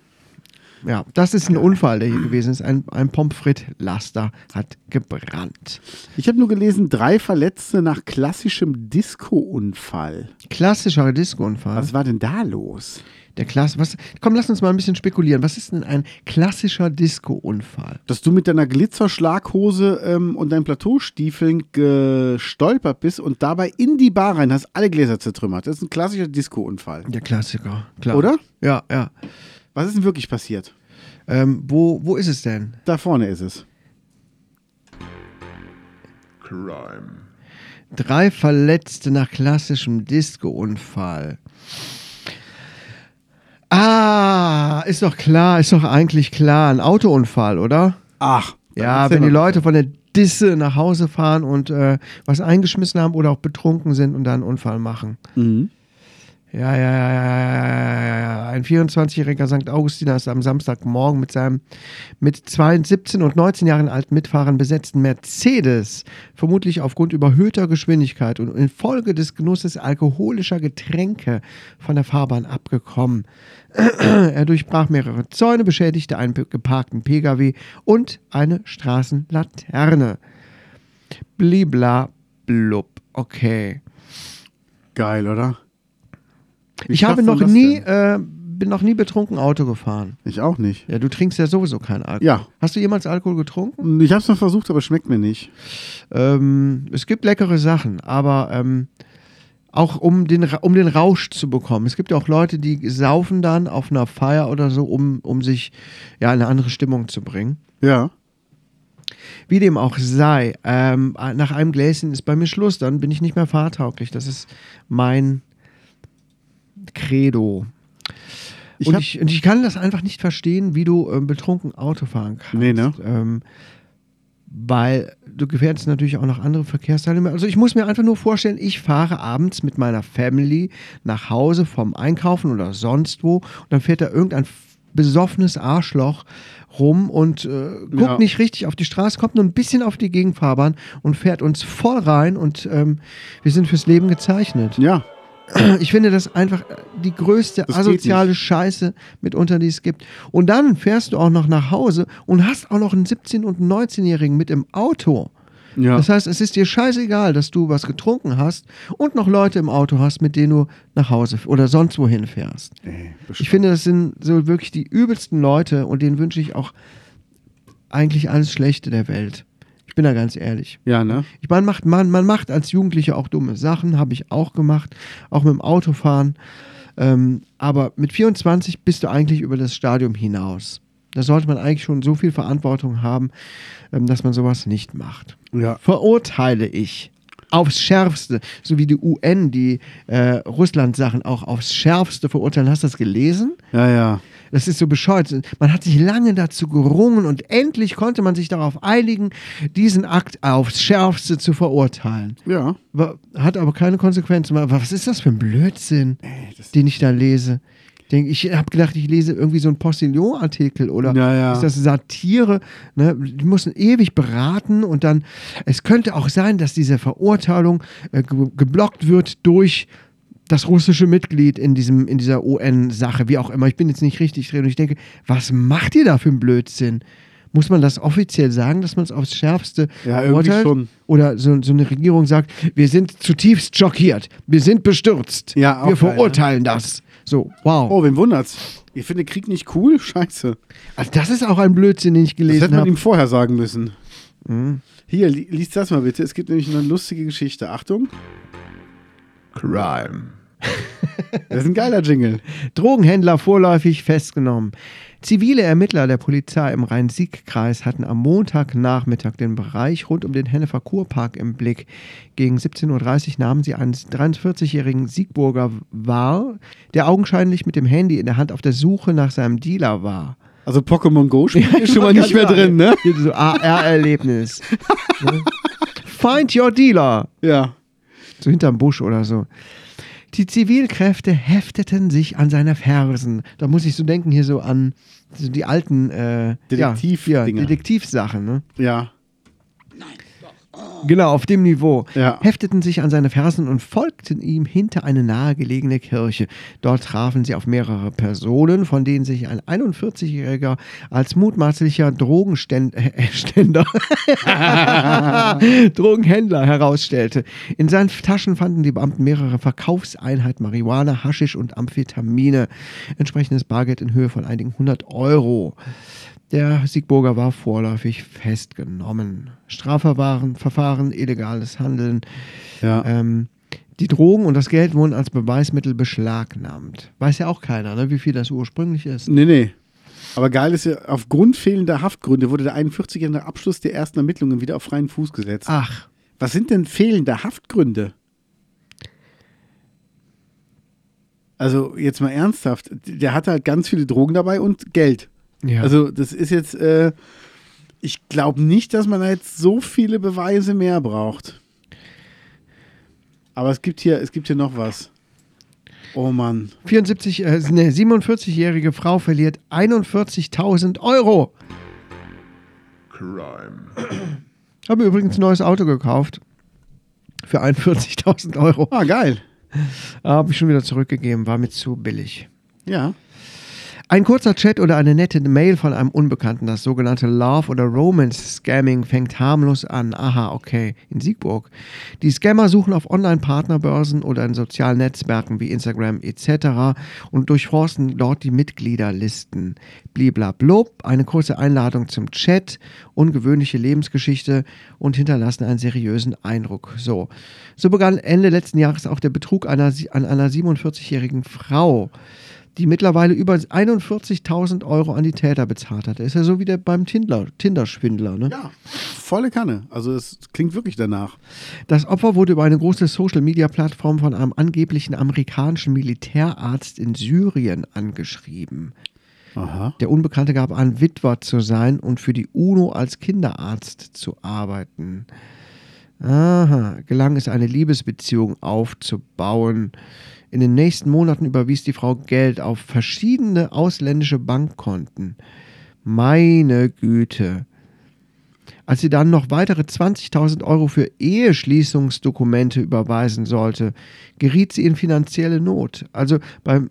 Speaker 1: Ja, das ist ein Unfall, der hier gewesen ist. Ein, ein Pommes frites Laster hat gebrannt.
Speaker 2: Ich habe nur gelesen, drei Verletzte nach klassischem Disco-Unfall.
Speaker 1: Klassischer Disco-Unfall.
Speaker 2: Was war denn da los?
Speaker 1: Der Klass was? Komm, lass uns mal ein bisschen spekulieren. Was ist denn ein klassischer Disco-Unfall?
Speaker 2: Dass du mit deiner Glitzerschlaghose ähm, und deinen Plateaustiefeln gestolpert bist und dabei in die Bar rein hast, alle Gläser zertrümmert. Das ist ein klassischer Disco-Unfall.
Speaker 1: Der Klassiker, klar.
Speaker 2: Oder?
Speaker 1: Ja, ja.
Speaker 2: Was ist denn wirklich passiert?
Speaker 1: Ähm, wo, wo ist es denn?
Speaker 2: Da vorne ist es.
Speaker 1: Drei Verletzte nach klassischem Disco-Unfall. Ah, ist doch klar, ist doch eigentlich klar. Ein Autounfall, oder?
Speaker 2: Ach. dann
Speaker 1: Ja,
Speaker 2: erzähl
Speaker 1: wenn die
Speaker 2: mal.
Speaker 1: Leute von der Disse nach Hause fahren und äh, was eingeschmissen haben oder auch betrunken sind und dann einen Unfall machen.
Speaker 2: Mhm.
Speaker 1: Ja, ja, ja, ja, ja, ja, ja. Ein 24-jähriger St. Augustiner ist am Samstagmorgen mit seinem mit 2, 17 und 19 Jahren alten Mitfahrern besetzten Mercedes, vermutlich aufgrund überhöhter Geschwindigkeit und infolge des Genusses alkoholischer Getränke von der Fahrbahn abgekommen. Er durchbrach mehrere Zäune, beschädigte einen pe- geparkten Pkw und eine Straßenlaterne. Blibla blub. Okay.
Speaker 2: Geil, oder? Wie
Speaker 1: ich
Speaker 2: schafft
Speaker 1: habe
Speaker 2: man
Speaker 1: noch
Speaker 2: das
Speaker 1: nie,
Speaker 2: denn?
Speaker 1: äh, bin noch nie betrunken Auto gefahren.
Speaker 2: Ich auch nicht.
Speaker 1: Ja, du trinkst ja sowieso keinen Alkohol.
Speaker 2: Ja.
Speaker 1: Hast du jemals Alkohol getrunken?
Speaker 2: Ich hab's mal versucht, aber schmeckt mir nicht.
Speaker 1: Ähm, es gibt leckere Sachen, aber ähm, auch um den, Ra- um den Rausch zu bekommen. Es gibt ja auch Leute, die saufen dann auf einer Feier oder so, um, um sich ja, in eine andere Stimmung zu bringen.
Speaker 2: Ja.
Speaker 1: Wie dem auch sei, ähm, nach einem Gläschen ist bei mir Schluss, dann bin ich nicht mehr fahrtauglich. Das ist mein Credo.
Speaker 2: Ich
Speaker 1: und,
Speaker 2: hab-
Speaker 1: ich, und ich kann das einfach nicht verstehen, wie du ähm, betrunken Auto fahren kannst.
Speaker 2: Nee, ne?
Speaker 1: Ähm, weil du gefährdest natürlich auch noch andere Verkehrsteilnehmer. Also ich muss mir einfach nur vorstellen, ich fahre abends mit meiner Family nach Hause vom Einkaufen oder sonst wo und dann fährt da irgendein f- besoffenes Arschloch rum und äh, guckt
Speaker 2: Ja.
Speaker 1: nicht richtig auf die Straße, kommt nur ein bisschen auf die Gegenfahrbahn und fährt uns voll rein und ähm, wir sind fürs Leben gezeichnet.
Speaker 2: Ja.
Speaker 1: Ich finde das einfach äh, die größte
Speaker 2: Das geht
Speaker 1: asoziale Scheiße mitunter, die es gibt. Und dann fährst du auch noch nach Hause und hast auch noch einen 17- und einen 19-Jährigen mit im Auto.
Speaker 2: Ja.
Speaker 1: Das heißt, es ist dir scheißegal, dass du was getrunken hast und noch Leute im Auto hast, mit denen du nach Hause f- oder sonst wohin fährst.
Speaker 2: Ey, besch-
Speaker 1: Ich finde, das sind so wirklich die übelsten Leute und denen wünsche ich auch eigentlich alles Schlechte der Welt. Ich bin da ganz ehrlich.
Speaker 2: ja, ne?
Speaker 1: Ich meine, macht, man, man macht als Jugendliche auch dumme Sachen, habe ich auch gemacht, auch mit dem Autofahren. Ähm, aber mit 24 bist du eigentlich über das Stadium hinaus. Da sollte man eigentlich schon so viel Verantwortung haben, ähm, dass man sowas nicht macht.
Speaker 2: Ja.
Speaker 1: Verurteile ich aufs Schärfste, so wie die UN die äh, Russland-Sachen auch aufs Schärfste verurteilen. Hast du das gelesen?
Speaker 2: Ja, ja.
Speaker 1: Das ist so bescheuert. Man hat sich lange dazu gerungen und endlich konnte man sich darauf einigen, diesen Akt aufs Schärfste zu verurteilen.
Speaker 2: Ja.
Speaker 1: Wa- Hat aber keine Konsequenzen. Wa- Was ist das für ein Blödsinn,
Speaker 2: das-
Speaker 1: den ich da lese? Ich Denk, ich habe gedacht, ich lese irgendwie so einen Postillon-Artikel oder
Speaker 2: Ja, ja.
Speaker 1: ist das Satire? Ne? Die mussten ewig beraten und dann, es könnte auch sein, dass diese Verurteilung äh, ge geblockt wird durch das russische Mitglied in, diesem, in dieser UN-Sache, wie auch immer. Ich bin jetzt nicht richtig drin und ich denke, was macht ihr da für einen Blödsinn? Muss man das offiziell sagen, dass man es aufs Schärfste
Speaker 2: Ja, irgendwie
Speaker 1: urteilt?
Speaker 2: schon.
Speaker 1: Oder so, so eine Regierung sagt, wir sind zutiefst schockiert, wir sind bestürzt, wir
Speaker 2: Ja, auch geil, ne?
Speaker 1: verurteilen das. So, wow.
Speaker 2: Oh, wen wundert's? Ihr findet Krieg nicht cool? Scheiße.
Speaker 1: Also das ist auch ein Blödsinn, den ich
Speaker 2: Das hätte
Speaker 1: gelesen
Speaker 2: man
Speaker 1: habe.
Speaker 2: ihm vorher sagen müssen. Hier, li liest das mal bitte. Es gibt nämlich eine lustige Geschichte. Achtung.
Speaker 1: Crime.
Speaker 2: Das ist ein geiler Jingle.
Speaker 1: Drogenhändler vorläufig festgenommen. Zivile Ermittler der Polizei im Rhein-Sieg-Kreis hatten am Montagnachmittag den Bereich rund um den Hennefer Kurpark im Blick. Gegen 17.30 Uhr nahmen sie einen 43-jährigen Siegburger wahr, der augenscheinlich mit dem Handy in der Hand auf der Suche nach seinem Dealer war.
Speaker 2: Also Pokémon Go spielt ist schon mal
Speaker 1: Man
Speaker 2: nicht mehr
Speaker 1: kann
Speaker 2: drin,
Speaker 1: sagen,
Speaker 2: ne?
Speaker 1: hier So AR-Erlebnis. Ne? Find your dealer.
Speaker 2: Ja.
Speaker 1: So hinterm Busch oder so. Die Zivilkräfte hefteten sich an seine Fersen. Da muss ich so denken, hier so an so die alten äh,
Speaker 2: Detektiv-
Speaker 1: ja, ja,
Speaker 2: Dinger.
Speaker 1: Detektivsachen. Ne?
Speaker 2: Ja.
Speaker 1: Genau, auf dem Niveau.
Speaker 2: Ja.
Speaker 1: Hefteten sich an seine Fersen und folgten ihm hinter eine nahegelegene Kirche. Dort trafen sie auf mehrere Personen, von denen sich ein 41-Jähriger als mutmaßlicher äh, Drogenständer, Drogenhändler herausstellte. In seinen Taschen fanden die Beamten mehrere Verkaufseinheiten Marihuana, Haschisch und Amphetamine. Entsprechendes Bargeld in Höhe von einigen 100 Euro. Der Siegburger war vorläufig festgenommen. Strafverfahren, Verfahren, illegales Handeln.
Speaker 2: Ja.
Speaker 1: Ähm, die Drogen und das Geld wurden als Beweismittel beschlagnahmt. Weiß ja auch keiner, ne, wie viel das ursprünglich ist.
Speaker 2: Nee, nee. Aber geil ist ja, aufgrund fehlender Haftgründe wurde der 41er nach Abschluss der ersten Ermittlungen wieder auf freien Fuß gesetzt.
Speaker 1: Ach,
Speaker 2: Was sind denn fehlende Haftgründe? Also, jetzt mal ernsthaft. Der hatte halt ganz viele Drogen dabei und Geld.
Speaker 1: ja.
Speaker 2: Also, das ist jetzt, äh, ich glaube nicht, dass man da jetzt so viele Beweise mehr braucht. Aber es gibt hier, es gibt hier noch was. Oh Mann.
Speaker 1: 74, äh, nee, 47-jährige Frau verliert 41.000 Euro. Crime. Habe übrigens ein neues Auto gekauft. Für 41.000 Euro.
Speaker 2: Ah, geil.
Speaker 1: Habe ich schon wieder zurückgegeben, war mir zu billig.
Speaker 2: Ja.
Speaker 1: Ein kurzer Chat oder eine nette Mail von einem Unbekannten, das sogenannte Love- oder Romance-Scamming, fängt harmlos an. Aha, okay, in Siegburg. Die Scammer suchen auf Online-Partnerbörsen oder in sozialen Netzwerken wie Instagram etc. und durchforsten dort die Mitgliederlisten. Bliblablub, eine kurze Einladung zum Chat, ungewöhnliche Lebensgeschichte und hinterlassen einen seriösen Eindruck. So, so begann Ende letzten Jahres auch der Betrug einer, sie- an einer 47-jährigen Frau die mittlerweile über 41.000 Euro an die Täter bezahlt hat. Ist ja so wie der beim Tindler, Tinder-Schwindler. Ne?
Speaker 2: Ja. Volle Kanne. Also, es klingt wirklich danach.
Speaker 1: Das Opfer wurde über eine große Social-Media-Plattform von einem angeblichen amerikanischen Militärarzt in Syrien angeschrieben.
Speaker 2: Aha.
Speaker 1: Der Unbekannte gab an, Witwer zu sein und für die UNO als Kinderarzt zu arbeiten. Aha, gelang es, eine Liebesbeziehung aufzubauen. In den nächsten Monaten überwies die Frau Geld auf verschiedene ausländische Bankkonten. Meine Güte. Als sie dann noch weitere 20.000 Euro für Eheschließungsdokumente überweisen sollte, geriet sie in finanzielle Not. Also beim,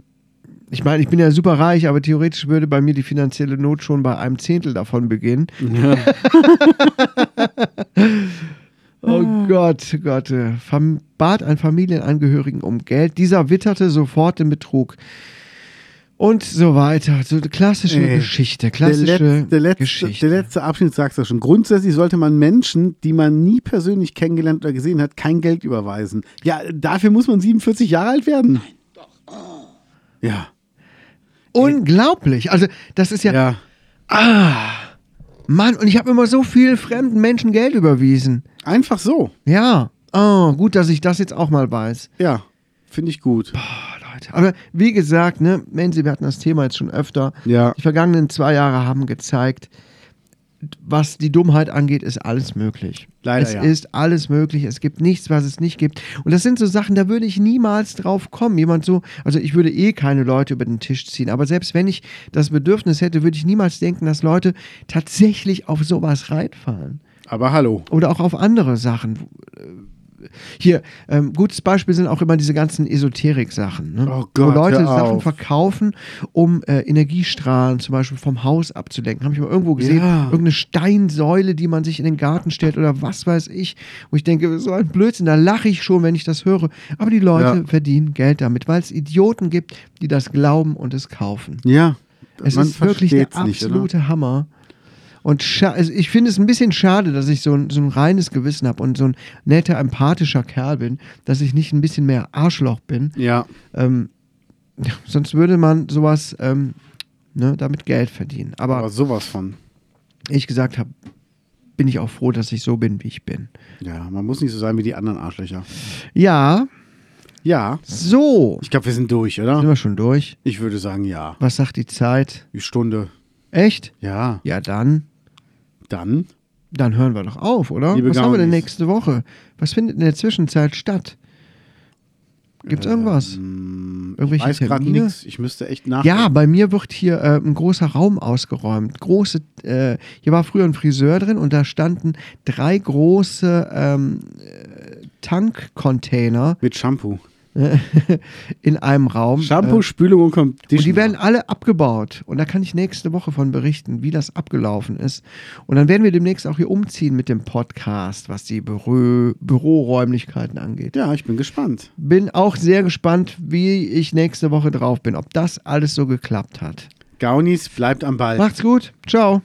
Speaker 1: ich meine, ich bin ja super reich, aber theoretisch würde bei mir die finanzielle Not schon bei einem Zehntel davon beginnen. oh Gott, Gott. äh, verm- Bat einen Familienangehörigen um Geld. Dieser witterte sofort den Betrug. Und so weiter. So eine klassische
Speaker 2: Ey,
Speaker 1: Geschichte. Klassische
Speaker 2: der, letzte,
Speaker 1: Geschichte.
Speaker 2: der letzte Abschnitt sagt das schon. Grundsätzlich sollte man Menschen, die man nie persönlich kennengelernt oder gesehen hat, kein Geld überweisen. Ja, dafür muss man 47 Jahre alt werden. Nein, doch. Ja.
Speaker 1: Unglaublich. Also, das ist ja.
Speaker 2: Ja.
Speaker 1: Mann, und ich habe immer so viel fremden Menschen Geld überwiesen.
Speaker 2: Einfach so.
Speaker 1: Ja. Oh, gut, dass ich das jetzt auch mal weiß.
Speaker 2: Ja. Finde ich gut.
Speaker 1: Boah, Leute. Aber wie gesagt, ne, Menzi, wir hatten das Thema jetzt schon öfter.
Speaker 2: Ja.
Speaker 1: Die vergangenen zwei Jahre haben gezeigt, was die Dummheit angeht, ist alles möglich.
Speaker 2: Leider,
Speaker 1: es
Speaker 2: ja.
Speaker 1: ist alles möglich. Es gibt nichts, was es nicht gibt. Und das sind so Sachen, da würde ich niemals drauf kommen. Jemand so, also ich würde eh keine Leute über den Tisch ziehen. Aber selbst wenn ich das Bedürfnis hätte, würde ich niemals denken, dass Leute tatsächlich auf sowas reinfallen
Speaker 2: Aber hallo.
Speaker 1: oder auch auf andere Sachen. Hier, ähm, gutes Beispiel sind auch immer diese ganzen Esoterik-Sachen. Ne?
Speaker 2: Oh
Speaker 1: Wo
Speaker 2: Gott,
Speaker 1: Leute
Speaker 2: hör
Speaker 1: Sachen
Speaker 2: auf.
Speaker 1: verkaufen, um äh, Energiestrahlen zum Beispiel vom Haus abzulenken. Habe ich mal irgendwo gesehen.
Speaker 2: Ja.
Speaker 1: Irgendeine Steinsäule, die man sich in den Garten stellt oder was weiß ich. Wo ich denke, so ein Blödsinn, da lache ich schon, wenn ich das höre. Aber die Leute
Speaker 2: Ja.
Speaker 1: verdienen Geld damit, weil es Idioten gibt, die das glauben und es kaufen.
Speaker 2: Ja.
Speaker 1: Es
Speaker 2: man
Speaker 1: ist wirklich der
Speaker 2: versteht's nicht, oder?
Speaker 1: absolute Hammer. Und scha- also ich finde es ein bisschen schade, dass ich so ein, so ein reines Gewissen habe und so ein netter, empathischer Kerl bin, dass ich nicht ein bisschen mehr Arschloch bin.
Speaker 2: Ja.
Speaker 1: Ähm, sonst würde man sowas ähm, ne, damit Geld verdienen. Aber,
Speaker 2: Aber sowas von.
Speaker 1: wie ich gesagt habe, bin ich auch froh, dass ich so bin, wie ich bin.
Speaker 2: Ja, man muss nicht so sein wie die anderen Arschlöcher.
Speaker 1: Ja,
Speaker 2: Ja.
Speaker 1: so.
Speaker 2: Ich glaube, wir sind durch,
Speaker 1: Sind
Speaker 2: oder?
Speaker 1: wir schon durch?
Speaker 2: Ich würde sagen, ja.
Speaker 1: Was sagt die Zeit?
Speaker 2: Die Stunde.
Speaker 1: Echt?
Speaker 2: Ja.
Speaker 1: Ja, dann.
Speaker 2: Dann
Speaker 1: Dann hören wir doch auf, oder?
Speaker 2: Liebe
Speaker 1: Was haben wir denn
Speaker 2: Gaunis.
Speaker 1: nächste Woche? Was findet in der Zwischenzeit statt? Gibt's
Speaker 2: Äh,
Speaker 1: irgendwas?
Speaker 2: Ähm, Ich
Speaker 1: Irgendwelche
Speaker 2: weiß gerade
Speaker 1: Termine?
Speaker 2: nichts. Ich müsste echt nach.
Speaker 1: Ja, bei mir wird hier äh, ein großer Raum ausgeräumt. Große, äh, hier war früher ein Friseur drin und da standen drei große ähm, äh, Tankcontainer äh,
Speaker 2: Mit Shampoo.
Speaker 1: in einem Raum.
Speaker 2: Shampoo,
Speaker 1: Äh,
Speaker 2: Spülung und Conditioner.
Speaker 1: und die werden alle abgebaut. Und da kann ich nächste Woche von berichten, wie das abgelaufen ist. Und dann werden wir demnächst auch hier umziehen mit dem Podcast, was die Bürö Büroräumlichkeiten angeht.
Speaker 2: ja, ich bin gespannt.
Speaker 1: Bin auch sehr gespannt, wie ich nächste Woche drauf bin, ob das alles so geklappt hat.
Speaker 2: Gaunis bleibt am Ball.
Speaker 1: Macht's gut. Ciao.